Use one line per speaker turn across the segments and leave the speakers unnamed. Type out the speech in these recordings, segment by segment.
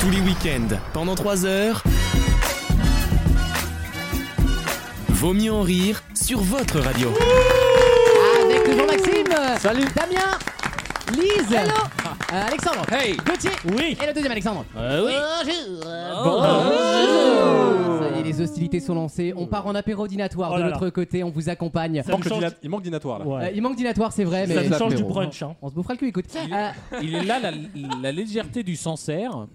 Tous les week-ends, pendant 3 heures. Vaut mieux en rire sur votre radio.
Avec le Jean-Maxime.
Salut.
Damien. Lise. Euh, Alexandre.
Hey.
Gauthier.
Oui.
Et le deuxième Alexandre. Euh,
Euh, oui.
Bonjour.
Bonjour.
Ça y est, les hostilités sont lancées. On part en apéro dînatoire
Oh
de
là là.
notre côté. On vous accompagne.
Ça me change-
Il manque dinatoire là.
Euh,
Ouais.
il manque dînatoire, c'est vrai, mais
Ça me change du
l'apéro.
brunch. Hein.
on se bouffera le cul. Écoute. Euh,
Il est là la, la légèreté du Sancerre,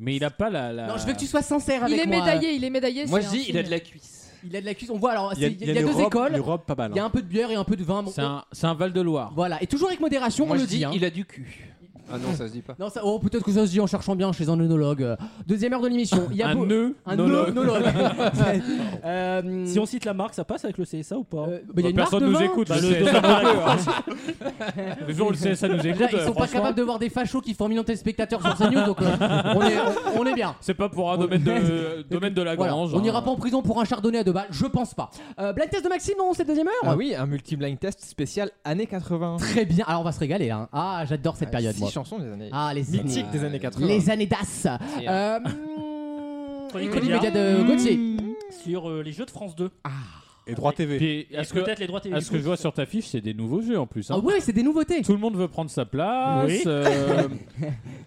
mais il a pas la. la-
non, je veux que tu sois sincère avec
Il est
moi.
médaillé, il est médaillé.
Moi
c'est
je dis,
un
il a de
signe.
la cuisse.
Il a de la cuisse. On voit alors. c'est- Il y a,
une
deux
robe-
écoles.
une robe pas mal.
Il y a
hein.
un peu de bière et un peu de vin. Bon,
C'est un, c'est un Val de Loire.
Voilà. Et toujours avec modération,
Moi
on
je
le
dis,
dit. hein.
il a du cul. Ah non, ça se dit pas.
Non, ça, oh, peut-être que ça se dit en cherchant bien chez un œnologue. Deuxième heure de l'émission. Il y a
Un
beau-
nœud.
un
nologue.
œnologue. Euh,
Si on cite la marque, ça passe avec le CSA ou pas
euh, bah, il y a une marque
Personne
de
nous
vin.
écoute.
Bah,
le
le
CSA
deuxième
nous
marque.
écoute. Les gens, le CSA nous écoute.
Déjà, ils sont pas
franchement,
capables de voir des fachos qui font un million de téléspectateurs sur CNews, donc euh, on, est, on- on est bien.
C'est pas pour un domaine de, domaine de la
Voilà.
grange.
on
hein.
n'ira pas en prison pour un chardonnay à deux balles, je pense pas. Euh, blind test de Maxime, non, cette deuxième heure
Ah oui, un multi-blind test spécial années 80.
Très bien, alors on va se régaler là. hein. Ah, j'adore cette période.
Six
moi.
chansons des années.
Ah, les années.
Mythiques des années 80.
Les années d'As.
Et,
Euh,
euh,
Chronique
Chronique média
média.
de Gauthier.
Sur euh, les jeux de France 2.
Et 3 TV.
Puis,
Et
à ce que,
peut-être les droits télé.
à ce que je vois sur ta fiche, c'est des nouveaux jeux en plus. hein.
Ah ouais, c'est des nouveautés.
Tout le monde veut prendre sa place.
Oui.
euh,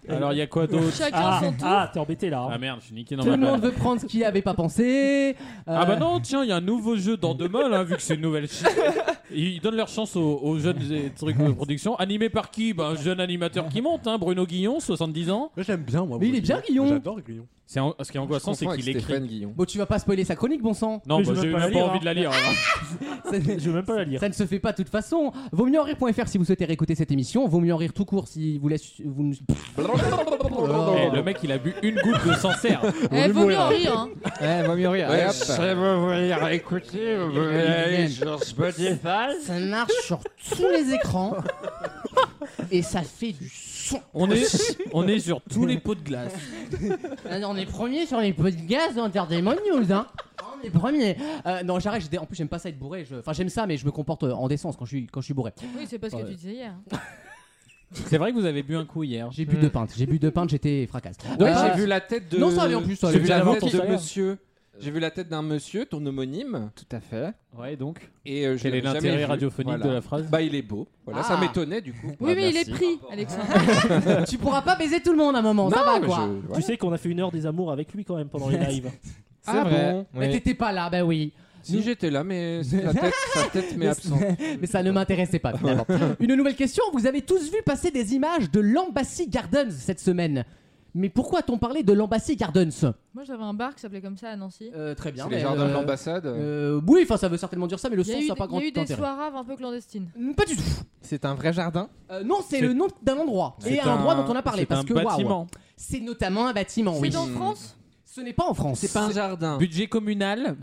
alors, il y a quoi d'autre
Chacun
Ah,
son tour.
ah, t'es embêté là. hein.
Ah merde, je suis niqué dans
Tout
ma
le monde
blague.
veut prendre ce qu'il avait pas pensé.
Ah bah
Euh,
non, tiens, il y a un nouveau jeu d'Andemol, hein, vu que c'est une nouvelle chaîne. Ils donnent leur chance aux, aux jeunes et trucs de production. Animé par qui bah, Un jeune animateur qui monte, hein, Bruno Guillon, 70 ans.
J'aime bien moi.
Mais il est bien, Guillaume.
J'adore Guillon.
C'est en- Ce qui est
je
angoissant, c'est
confonds
qu'il
avec
écrit.
Stéphane Guillon.
Euh, Bon, tu vas pas spoiler sa chronique, bon sang.
Non,
Mais
bah,
je veux
j'ai
pas
même
la
pas
lire,
envie
hein.
de la lire.
Je veux même pas la lire.
Ça ne se fait pas de toute façon. Vaut mieux en rire point fr si vous souhaitez réécouter cette émission. Vaut mieux en rire tout court si vous laissez. Vous... nous-
Oh,
Eh, le mec, il a bu une goutte de Sancerre.
Eh, vaut mieux en rire. hein.
Eh, vaut mieux rire.
Ouais,
Allez, hop.
ça va vous lire. Écoutez, vous pouvez aller sur Spotify.
Ça marche sur tous les écrans. Et ça fait du son.
On est, on est sur tous les pots de glace.
On est premier sur les podcasts d'Entertainment News. Hein. On est premier. Euh, non, j'arrête. j'étais- En plus, j'aime pas ça être bourré. Je- Enfin, j'aime ça, mais je me comporte euh, en décence quand je suis, quand je suis bourré.
Oui, c'est pas ce que
Ouais.
tu disais hier.
C'est vrai que vous avez bu un coup hier.
J'ai bu deux pintes. J'ai bu deux pintes, j'étais fracasse.
Ouais,
Euh,
j'ai vu la tête de.
Non, ça allait en plus, ça allait.
J'ai vu la
J'avais
tête
entendu
de
ça.
monsieur. J'ai vu la tête d'un monsieur, ton homonyme. Tout à fait.
Ouais, donc.
Et euh, je
Quel est
l'avais jamais
l'intérêt
vu.
radiophonique
Voilà.
de la phrase
Bah, il est beau. Voilà, ça
Ah.
m'étonnait du coup.
Oui,
Bah,
mais il est
merci.
pris, Alexandre.
tu pourras pas baiser tout le monde à un moment. ça
Non,
va
mais
quoi.
je-
Tu
voilà.
sais qu'on a fait une heure des amours avec lui quand même pendant les lives.
C'est
Ah
vrai.
bon
Oui.
Mais t'étais pas là, bah oui.
Si j'étais là, mais la tête, sa tête m'est absente.
Mais ça ne m'intéressait pas finalement. Une nouvelle question, vous avez tous vu passer des images de l'Embassy Gardens cette semaine. Mais pourquoi a-t-on parlé de l'Embassy Gardens
Moi, j'avais un bar qui s'appelait comme ça à Nancy.
Euh, Très bien.
C'est les
mais,
jardins
euh,
de l'ambassade.
euh, oui, enfin ça veut certainement dire ça, mais le
Il y
son
a
ça
eu,
n'a pas
il y
grand
a eu des
intérêt.
soirées un peu clandestines.
Mm, Pas du tout.
C'est un vrai jardin
Euh, non, c'est
C'est-
le nom d'un endroit.
C'est
Et un
un-
endroit dont on a parlé.
C'est
Parce
un
que waouh.
bâtiment.
c'est notamment un bâtiment,
C'est
oui.
dans France
Ce n'est pas en France.
C'est pas un jardin.
Budget communal.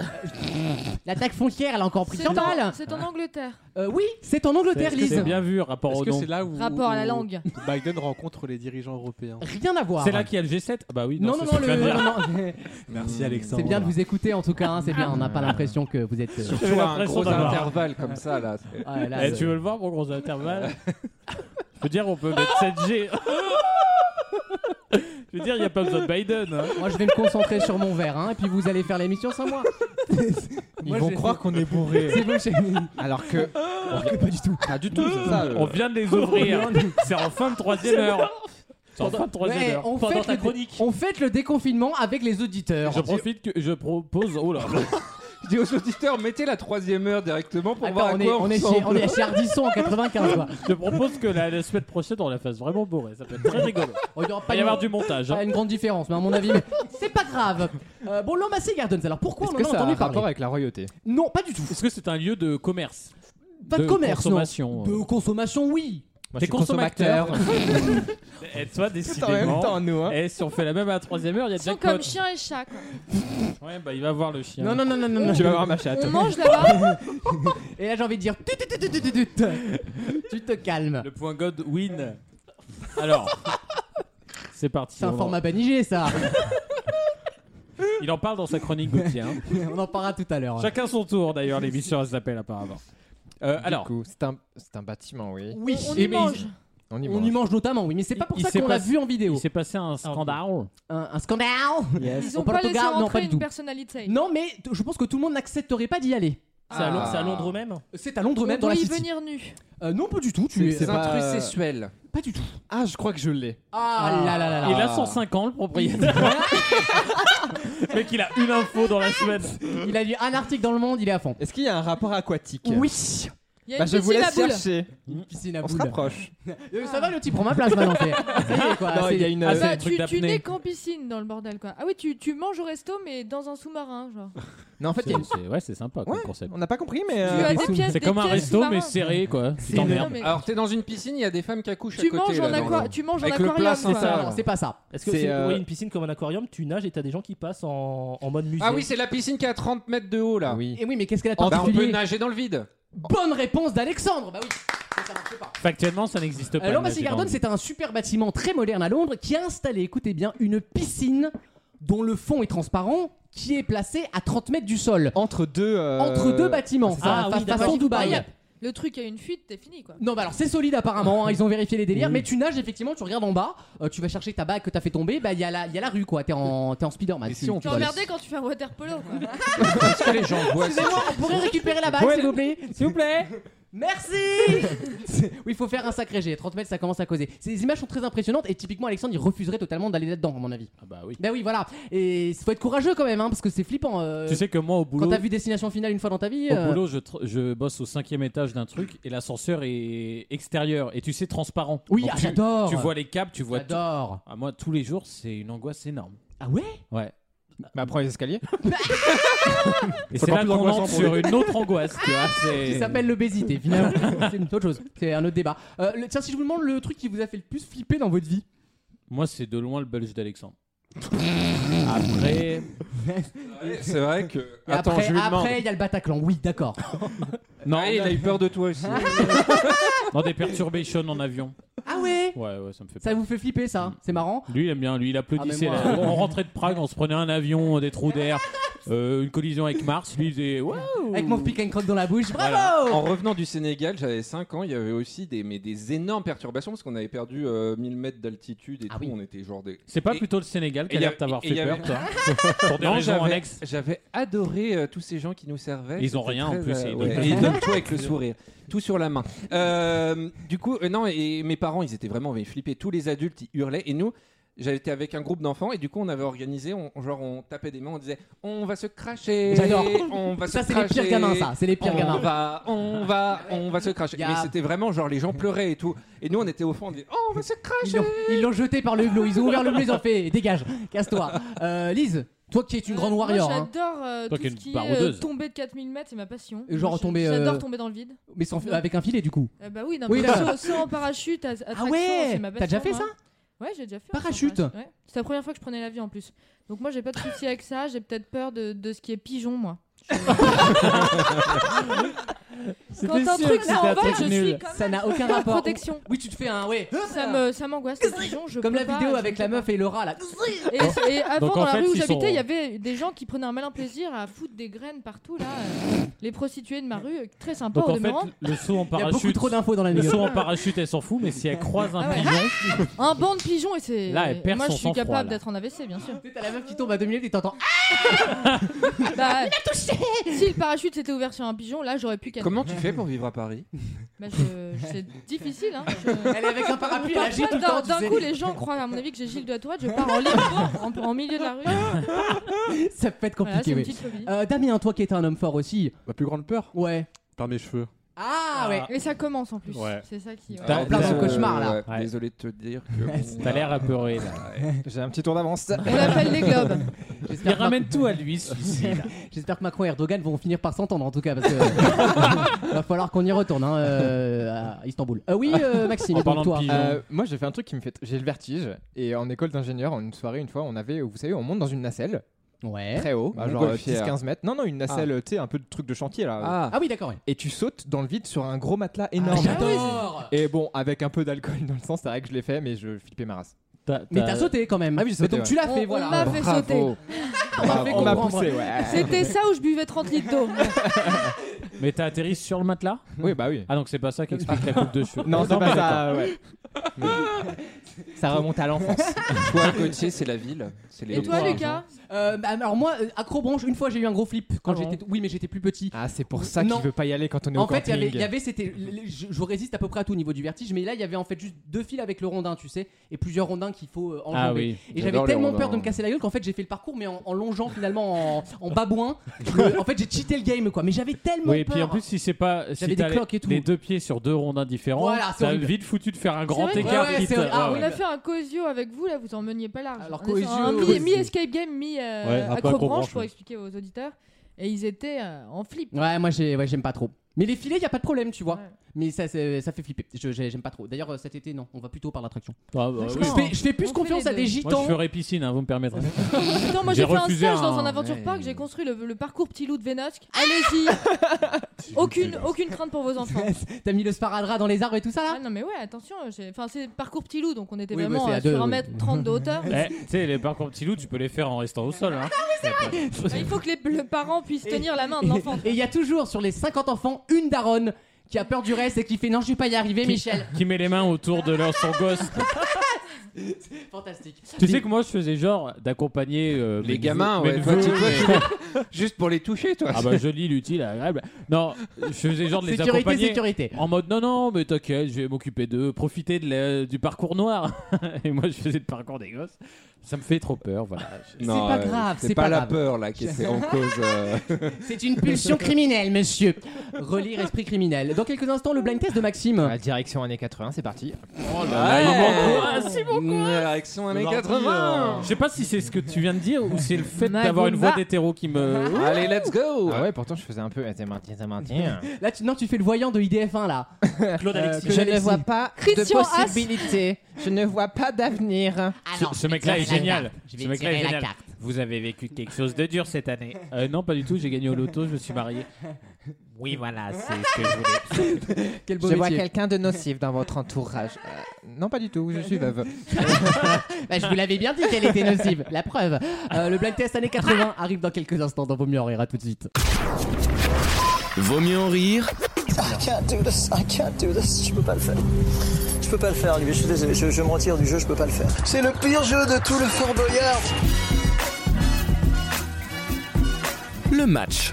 L'attaque frontière, elle a encore pris
C'est
100
en,
balles.
c'est en Angleterre.
Euh, oui, c'est en Angleterre,
Est-ce que
Lise.
C'est bien vu, rapport
Est-ce
au
que
nom.
c'est là où,
Rapport à la
où
langue.
Biden rencontre les dirigeants européens.
Rien à voir.
C'est là qu'il y a le G7 Ah Bah oui,
Non, non,
non, c'est
non,
ce que tu
le-
viens de dire.
non, non.
Merci Alexandre.
C'est bien de vous écouter en tout cas, hein, c'est bien, on n'a pas
Ah.
l'impression que vous êtes. euh,
Surtout à un
l'impression
gros
d'avoir-
intervalle comme ça là.
ouais, là,
Eh,
euh,
tu veux le voir, mon gros intervalle Je veux dire, on peut mettre 7G. Je veux dire, il n'y a pas besoin de Biden. hein.
Moi je vais me concentrer sur mon verre, hein, et puis vous allez faire l'émission sans moi.
Ils
Moi, je
vont
vais-
croire qu'on est bourré.
C'est vous, chez
Alors que.
Alors que pas du tout.
Pas du tout, c'est ça. le-
On vient de les ouvrir. C'est en fin de troisième heure. C'est en fin de troisième
Ouais,
heure.
on,
Pendant
fête
ta
le,
chronique.
on fête le déconfinement avec les auditeurs.
Je profite que je propose. Oh là
Je dis aux auditeurs, mettez la troisième heure directement pour
Attends,
voir à
on, est,
quoi on,
on, est chez,
ressemble.
on est chez Ardisson en 95. quoi.
Je propose que la, la semaine prochaine, on la fasse vraiment bourrée. Ça peut être très rigolo. Il
Oh, il y aura
va
pas
y
une-
avoir du montage. hein.
pas une grande différence, mais à mon avis, mais c'est pas grave. Euh, bon, l'Embassy Gardens, alors pourquoi on en a entendu parler
avec la royauté
Non, pas du tout.
Est-ce que c'est un lieu de commerce
Pas de, commerce, non.
euh.
consommation.
De consommation, oui.
T'es consommateur. Et toi,
En même
décidément.
temps, nous, hein.
Et si on fait la même à la troisième heure, il y a
Ils sont
jackpot.
comme chien et chat. quoi.
Ouais, bah il va voir le chien.
Non, non, non, non, non. non.
Tu vas voir ma chatte.
On mange là-bas.
Et là, j'ai envie de dire. tut, tut, tut, tut, tut, tut. Tu te calmes.
Le point God win. Alors, c'est parti.
C'est un
on en-
format banigé, ça.
Il en parle dans sa chronique Gauthier. hein.
On en parlera tout à l'heure.
Chacun son tour d'ailleurs, l'émission elle s'appelle apparemment. Euh, alors,
Du coup, c'est un, c'est un bâtiment, oui.
Oui,
On
Et
y
mais
mange.
On y
On y mange notamment, oui, mais c'est pas pour
Il- il
ça
s'est
qu'on l'a
passé-
vu en vidéo.
Il s'est passé un scandale.
Un, un scandale Au
Ils ont pas laissé
Portugal, non, pas
rentrer
du
une
tout.
personnalité.
Non, mais t- je pense que tout le monde n'accepterait pas d'y aller.
C'est à, Lon-
Ah.
c'est à Londres même
C'est à Londres
On
même, dans
doit
la
y
city.
venir nu.
Euh, non, pas du tout. Tu es...
C'est
pas-
intrus sexuels.
Pas du tout.
Ah, je crois que je l'ai.
Ah, là là là là.
Il a 105 ans, le propriétaire. le mec, il a une info dans la semaine.
Ah.
Il a lu un article dans le monde, il est à fond.
Est-ce qu'il y a un rapport aquatique
Oui
Il y a
Bah,
une
je vous
piscine à
laisse
boules.
chercher.
Piscine à
On se
boules.
rapproche.
Euh, ça va, le petit prend ma place maintenant. c'est- Ça y est, quoi.
Non,
c'est-
il y a une. euh,
Ah
c'est un
bah,
truc
tu, tu
d'apnée.
n'es qu'en piscine dans le bordel quoi. Ah oui, tu, tu manges au resto mais dans un sous-marin genre.
Non, en fait, il y a une-
Ouais, c'est sympa comme
Ouais.
concept.
on n'a pas compris, mais.
Tu
euh,
as des pièces,
C'est
des
comme un
pièces
resto, mais
sous-marins.
serré, quoi. Tu
C'est
Non,
t'emmerdes.
mais
Alors, t'es dans une piscine, il y a des femmes qui accouchent
tu
à côté.
manges en
là, dans
aqua-
le-
tu manges en
Avec le plat
aquarium
sans
quoi.
ça.
Non, c'est pas ça.
Est-ce que
C'est,
c'est
euh,
oui, une piscine comme un aquarium Tu nages et t'as des gens qui passent en, en mode musée.
Ah oui, c'est la piscine qui est à 30 mètres de haut là.
Et oui, mais qu'est-ce qu'elle a de
Bah, on peut
particulier
nager dans le vide.
Bonne réponse d'Alexandre Bah oui Ça, ça marche pas.
Factuellement, ça n'existe pas.
Alors,
mais
Massey
j'ai
Garden,
envie.
c'est un super bâtiment très moderne à Londres qui a installé, écoutez bien, une piscine dont le fond est transparent qui est placée à 30 mètres du sol.
Entre deux. euh,
Entre deux bâtiments,
ça.
fa-
Ah
fa-
oui,
façon
d'accord.
Dubaï.
Incroyable. Le truc a une fuite, t'es fini quoi.
Non, bah alors c'est solide apparemment, hein, ils ont vérifié les délires,
Oui.
mais tu nages effectivement, tu regardes en bas, euh, tu vas chercher ta bague que t'as fait tomber, bah il y, a la- il y a la rue quoi, t'es en, t'es en Spider-Man.
Mais
tu-
si on
tu
Tu
vois.
emmerdé quand tu fais un water polo quoi.
Est-ce que les gens voient ça
Excusez-moi, on pourrait récupérer la bague s'il vous plaît S'il vous plaît Merci C'est- Oui, il faut faire un sacré jet, 30 mètres ça commence à causer. Ces images sont très impressionnantes et typiquement Alexandre il refuserait totalement d'aller là-dedans à mon avis.
Ah bah oui.
Bah oui, voilà. Et il faut être courageux quand même, hein, parce que c'est flippant. euh,
Tu sais que moi, au boulot.
quand t'as vu Destination Finale une fois dans ta vie.
Au
euh,
boulot, je, tr- je bosse au cinquième étage d'un truc et l'ascenseur est extérieur et tu sais transparent.
Oui,
Donc
ah,
tu-
j'adore.
Tu vois les câbles, tu vois tout.
J'adore.
Ah, moi, tous les jours, c'est une angoisse énorme.
Ah ouais
Ouais.
Bah, prends les escaliers.
Et c'est
Faut pas
là
plus
qu'on
angoissant
entre
pour
sur une autre angoisse, tu vois.
Qui
c'est-
s'appelle l'obésité, finalement. c'est une autre chose. C'est un autre débat. Euh, le- tiens, si je vous demande le truc qui vous a fait le plus flipper dans votre vie.
Moi, c'est de loin le belge d'Alexandre. Après,
C'est vrai que.
Et après, après, il y a le Bataclan. Oui, d'accord.
non,
Ah, il a eu peur de toi aussi.
non, des perturbations en avion.
Ah ouais
Ouais, ouais, ça me fait
Ça
peur.
vous fait flipper, ça C'est marrant.
Lui, il aime bien. Lui, il applaudissait.
Ah, mais moi-
là. On rentrait de Prague, on se prenait un avion, des trous d'air, euh, une collision avec Mars. Lui, il faisait ouais.
Avec mon pick and croc dans la bouche. Bravo
En revenant du Sénégal, j'avais 5 ans, il y avait aussi des, mais des énormes perturbations parce qu'on avait perdu euh, 1000 mètres d'altitude et
Ah
tout.
oui.
On était genre des.
C'est pas
Et-
plutôt le Sénégal qui
et
a
y
l'air
a-
de t'avoir
et
fait
y
peur,
avait-
toi Pour des
Non,
raisons
j'avais-
annexes.
J'avais adoré euh, tous ces gens qui nous servaient.
Ils ont
C'était euh,
rien, en plus, ils donnent
ouais.
tout.
Et ils donnent tout avec le sourire, tout sur la main. Euh, du coup, euh, non, et mes parents, ils étaient vraiment mais flippés. Tous les adultes, ils hurlaient. Et nous, j'étais avec un groupe d'enfants et du coup, on avait organisé, on, genre, on tapait des mains, on disait, on va se cracher.
J'adore.
On va
Ça,
se
c'est les
cracher.
pires gamins, ça. C'est les pires
on
gamins.
va, on va, on va se cracher.
Y a-
Mais c'était vraiment genre les gens pleuraient et tout. Et nous on était au fond, on disait oh on va se
Ils
cracher.
l'ont- Ils l'ont jeté par le hublot. Ils ont ouvert le hublot, ils ont fait dégage, casse-toi. Euh, Lise, toi qui es une grande
Euh, moi,
warrior, hein,
J'adore euh,
Toi
tout
qui es
ce
une
qui est
baroudeuse.
euh, tomber de 4000 mètres, c'est ma passion.
Et genre
Moi, je-
tomber, euh,
J'adore tomber dans le vide.
mais sans- avec un filet du coup.
Euh, bah oui, non,
Oui,
mais
là. Ah
saut, saut en parachute, à, à traction,
ouais,
c'est ma
t'as déjà
passion,
fait
moi. Ouais, j'ai déjà fait. un saut en
Parachute.
parachute, ouais. C'est la première fois que je prenais l'avion en plus. Donc moi, j'ai pas de souci avec ça. J'ai peut-être peur de, de ce qui est pigeon, moi. Quand un truc s'envole, je suis comme
Ça n'a aucun
en
rapport.
protection.
Oui, tu te fais un ouais.
Ça me, ça m'angoisse les pigeons. Je
Comme
peux
la
pas,
vidéo
je
avec
peux
la
pas.
meuf et le rat là.
Et, et avant,
Hein Donc, en
dans la
fait,
rue où
ils
j'habitais,
sont-
il y avait des gens qui prenaient un malin plaisir à foutre des graines partout, là. euh, les prostituées de ma rue, euh, très sympa
Donc
au
en fait,
demeurant.
le saut en
Il y a beaucoup
parachute,
trop d'infos dans la
le
vidéo.
saut en parachute, elle s'en fout, mais si elle croise un
Ah ouais.
pigeon,
Un banc de pigeons, et c'est.
Là, elle perd
Moi,
son
je suis
sang-froid,
capable
là.
d'être en AVC, bien sûr.
Tu sais, T'as la meuf qui tombe à 2 minutes et t'entends. Ah,
Bah, Si le parachute s'était ouvert sur un pigeon, là, j'aurais pu gagner.
Comment tu fais pour vivre à Paris
Bah, je- je- C'est difficile, hein. je-
Elle est avec un parapluie, elle
Parfois,
agit tout le
d'un-
temps. tu
D'un
sais.
coup, les gens croient, à mon avis, que j'ai Gilles de la Tourette, je pars en libre, en, en milieu de la rue.
Ça peut être
Voilà,
Ah,
c'est
compliqué,
une
oui.
petite phobie.
Euh, Damien, toi qui étais un homme fort aussi.
Ma plus grande peur
Ouais.
Par mes cheveux.
Ah, ouais.
Et ça commence en plus.
Ouais.
C'est ça qui. ouais.
T'as-
Ah,
plein
désolé,
de
cauchemars, là.
ouais,
Ouais.
Désolé de te dire que.
t'as l'air apeuré. Là.
J'ai un petit tour d'avance.
On appelle les globes.
Il
J'espère que,
ramène tout à lui, celui-ci. là.
j'espère que Macron et Erdogan vont finir par s'entendre en tout cas parce que va falloir qu'on y retourne hein, euh, à Istanbul. Euh, oui, euh, Maxime,
En
donc,
parlant de
toi.
pigeons.
Euh, moi, j'ai fait un truc qui me fait. J'ai le vertige. Et en école d'ingénieur, en une soirée, une fois, on avait. Vous savez, on monte dans une nacelle
Ouais.
très haut,
Bah,
genre euh,
montgolfière.
10-15 mètres. Non, non, une nacelle, euh, tu sais, un peu de truc de chantier là.
Ah.
Ah oui, Ah d'accord. ouais.
Et tu sautes dans le vide sur un gros matelas énorme.
J'adore.
et bon, avec un peu d'alcool dans le sang, c'est vrai que je l'ai fait, mais je flippais ma race.
Mais t'as sauté quand même.
Ah oui, j'ai
Mais
sauté,
donc tu l'as fait,
On-
voilà.
on m'a fait sauter.
Bravo. Bravo.
fait
On m'a
comprendre.
poussé, ouais.
C'était ça où je buvais 30 litres d'eau.
Mais t'as atterri sur le matelas
Oui, bah oui.
Ah, donc c'est pas ça qui explique la coupe de cheveux.
Non, c'est pas
mais
ça, ouais.
Ça remonte à l'enfance.
Toi, Gauthier, c'est la ville. C'est les
Et toi,
les
Lucas
Euh, bah, alors moi, euh, accrobranche, une fois j'ai eu un gros flip quand
Ah bon
j'étais. Oui, mais j'étais plus petit.
Ah, c'est pour ça qu'il
Non.
veut pas y aller quand on est au
En fait, il y
camping.
avait- il y avait, c'était, l- l- je, je résiste à peu près à tout au niveau du vertige, mais là, il y avait en fait juste deux fils avec le rondin, tu sais, et plusieurs rondins qu'il faut euh, enjamber.
Ah oui.
Et
J'adore
j'avais
les
tellement
rondins.
peur de me
hein.
casser la gueule qu'en fait, j'ai fait le parcours, mais en, en longeant finalement en, en babouin. Le- en fait, j'ai cheaté le game, quoi. Mais j'avais tellement
Oui, et
peur.
puis en plus, si c'est pas. Si
J'avais des
t'as les-
cloques et tout.
Les deux pieds sur deux rondins différents,
Voilà, c'est
t'as
horrible.
vite foutu de faire un grand
vrai que-
écart.
Ouais, ouais,
qui
c'est
te-
horrible. Ah,
On
ouais.
a fait un Cosio avec vous, là, vous en meniez pas large.
Alors,
On est sur un
Cosio,
mi-
oui.
mi-escape game,
Ouais, un peu accrobranche,
mi-accrobranche pour
oui.
expliquer aux auditeurs. Et ils étaient euh, en flip.
Ouais, moi, j'ai, ouais, j'aime pas trop. Mais les filets, il y a pas de problème, tu vois.
Ouais.
Mais ça, c'est- ça fait flipper. Je, j'ai- j'aime pas trop. D'ailleurs, euh, cet été, non, on va plutôt par l'attraction.
Ah, bah, oui.
Je fais, je fais plus
On fait
confiance
les
à des
Moi, je
deux.
gitans.
ferais piscine, hein, vous me permettrez.
Attends, moi
J'ai
j'ai fait un
refusé
stage
un-
dans un aventure
ouais.
park, j'ai construit le, le parcours petit loup de Vénosque. Allez-y Aucune aucune crainte pour vos enfants.
T'as mis le sparadrap dans les arbres et tout ça là
Ah non mais ouais, attention, j'ai- enfin c'est parcours petit loup donc on était
Oui,
vraiment
bah,
euh,
c'est à deux,
sur
oui.
1m30 de hauteur.
Eh, tu sais, les parcours petit loup, tu peux les faire en restant au sol. Hein.
Bah, Il faut que les, le parent puisse tenir la main de l'enfant.
Et il y a toujours sur les 50 enfants une daronne qui a peur du reste et qui fait non je vais pas y arriver Michel.
Qui met les mains autour de leur son gosse.
Fantastique.
tu sais que moi, je faisais genre d'accompagner euh, mes
Les gamins,
neveux-
ouais.
mes
Toi, tu-
neveux.
toi, tu vas- Juste pour les toucher, toi.
Ah bah joli, l'utile, agréable. Non, je faisais genre de les
sécurité,
accompagner.
sécurité.
En mode non, non, mais t'inquiète, je vais m'occuper d'eux, profiter de la- du parcours noir. Et moi, je faisais le parcours des gosses. Ça me fait trop peur, voilà.
Non,
pas
ouais,
grave, c'est
C'est
pas
pas la
grave.
peur, là, qui est en cause. euh,
C'est une pulsion criminelle, monsieur. Relire esprit criminel. Dans quelques instants, le blind test de Maxime.
Ah, Direction années 80, c'est parti.
Ah, il
m'encourage,
c'est Réaction années
euh,
80
Je sais pas si c'est ce que tu viens de dire ou c'est le fait
Magumba.
d'avoir une voix d'hétéro qui me.
Allez, let's go
Ah ouais, pourtant je faisais un peu. C'est menti, c'est menti.
Là, tu, non, tu fais le voyant de IDF1 là.
Claude Alexis.
Je ne vois
pas
Christian Haas.
possibilités. Je ne vois pas d'avenir.
Ah
Ce- ce mec-là est génial. Ce mec-là est génial.
carte.
Vous avez vécu quelque chose de dur cette année. Euh, non, pas du tout. J'ai gagné au loto, je me suis marié. Oui, voilà, c'est ce que je voulais.
Quel beau métier.
quelqu'un de nocif dans votre entourage. Euh, non, pas du tout, je suis veuve.
Bah, je vous l'avais bien dit qu'elle était nocive. La preuve. Euh, le blind test années 80 arrive dans quelques instants dans Vaut mieux en rire à tout de suite.
Vaut mieux en rire
I can't do this, I can't do this, je peux pas le faire. Je peux pas le faire, lui, je suis désolé, je, je me retire du jeu, je peux pas le faire. C'est le pire jeu de tout le Fort Boyard
le match.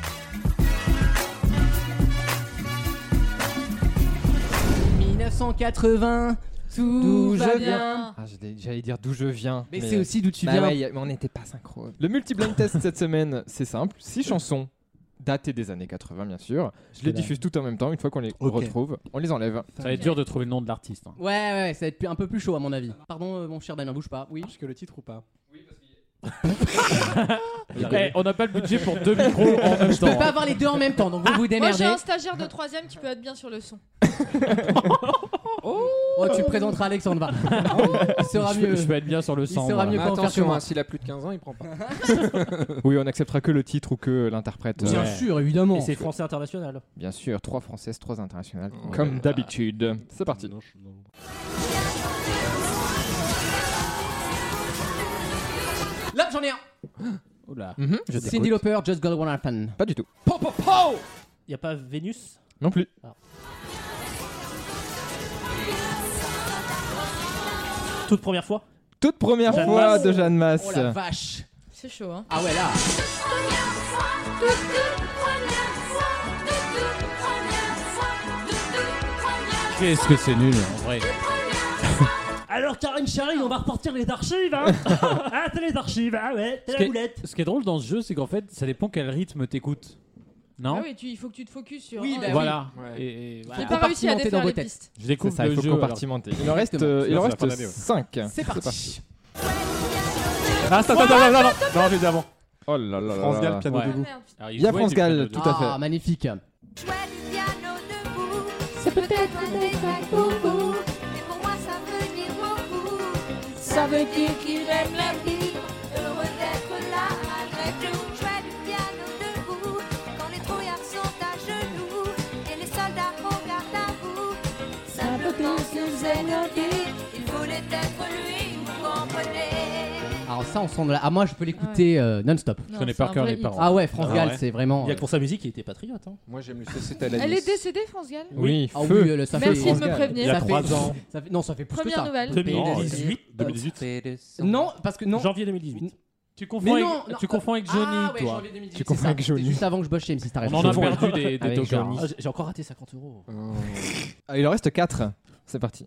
« 1980, tout,
D'où
va
je
bien.
viens. Ah, je l'ai- J'allais dire d'où je viens.
Mais, c'est aussi d'où tu
Bah
viens.
ouais, y a- mais on n'était pas synchro. Le multi-blind test cette semaine, c'est simple. Six chansons datées des années 80, bien sûr. Je les diffuse toutes en même temps. Une fois qu'on les
Ok.
retrouve, on les enlève.
Ça va être dur de trouver le nom de l'artiste. hein.
Ouais, ouais, ouais, ça va être un peu plus chaud à mon avis. Pardon, euh, mon cher Damien, bouge pas. Oui.
Marche que le titre ou pas
Eh, on n'a pas le budget pour deux micros en même
Je peux
temps. hein.
pas avoir les deux en même temps, donc vous vous
Moi j'ai
démerdez.
un stagiaire de troisième qui peut être bien sur le son.
Oh, tu me présenteras Alexandre, va. Il sera
Je,
mieux.
je peux être bien sur le sang.
sera
voilà.
mieux.
Mais
pas en faire que
attention,
moi.
hein, s'il a plus de 15 ans, il prend pas.
Oui, on acceptera que le titre ou que l'interprète.
Bien
Euh,
sûr, évidemment.
Et c'est français international.
Bien sûr, trois françaises, trois internationales.
Ouais.
Comme d'habitude. C'est parti.
Là, j'en ai un.
Oula.
Mhm, je
Cindy
t'écoute.
Lauper, Just Got One Happen.
Pas du tout.
Y a pas Vénus
Non plus.
Toute première fois
Toute première
Jeanne
fois
Masse.
de Jeanne Masse.
Oh la vache.
C'est chaud hein.
Ah ouais, là.
Qu'est-ce que c'est nul en vrai.
Alors Karine Charry, on va repartir les archives hein Ah t'as les archives, ah ouais, t'as
Ce qui, est, ce qui est drôle dans ce jeu, c'est qu'en fait, ça dépend quel rythme t'écoutes. Non
Ah oui, Ah tu- il faut que tu te focuses sur.
Oui,
un-
bah oui.
Voilà.
Ouais.
Et- et voilà.
J'ai pas réussi
Compartimenter
à
dans
défaire
vos
les
têtes.
pistes.
Je
C'est
découvre
ça, il
le
faut
jeu. alors.
compartimenter. Il en reste, euh, il en
Exactement.
reste 5.
C'est parti.
Ah, attends, attends, attends, attends, Non, j'ai dit avant.
Oh là là là.
France Gall,
là.
piano
Ouais.
debout.
Ah, Merde.
Alors,
Il y a
ouais,
France
j'ai fait
Gall,
le-
tout à fait.
Ah, magnifique.
C'est peut-être un détail pour vous, mais pour moi ça veut dire beaucoup. Ça veut dire qu'il aime la vie, heureux d'être là malgré tout. Jouer du piano debout, quand les trouillards sont à genoux, et les soldats regardent à vous. Simplement sous énergie, il voulait être lui, vous comprenez.
ça, on s'en. Ah, moi, je peux l'écouter euh, non-stop.
Je connais par cœur les paroles.
Ah ouais, France Gall, c'est vraiment.
Il y a que pour sa musique, il était patriote.
hein.
Moi, j'aime le
Elle est décédée, France Gall
Oui, ah
feu.
oui, le- ça fait-
Merci de
ça
me
fait-
prévenir.
ça fait- ça fait- non, ça fait plus
Première
que ça.
Oh,
nouvelle.
2018.
2018.
Non, parce que non.
Janvier 2018. Tu confonds,
Mais
avec,
non, non,
tu
euh,
confonds avec Johnny,
ah ouais,
toi.
janvier 2018, Tu confonds c'est avec ça. Johnny. C'est juste avant que je bosse chez M6 Star
On en a
Effectivement.
perdu des, des
Avec
tokens.
Johnny.
Ah, j'ai- J'ai encore raté 50 euros.
Oh.
Ah, il en reste 4. C'est parti.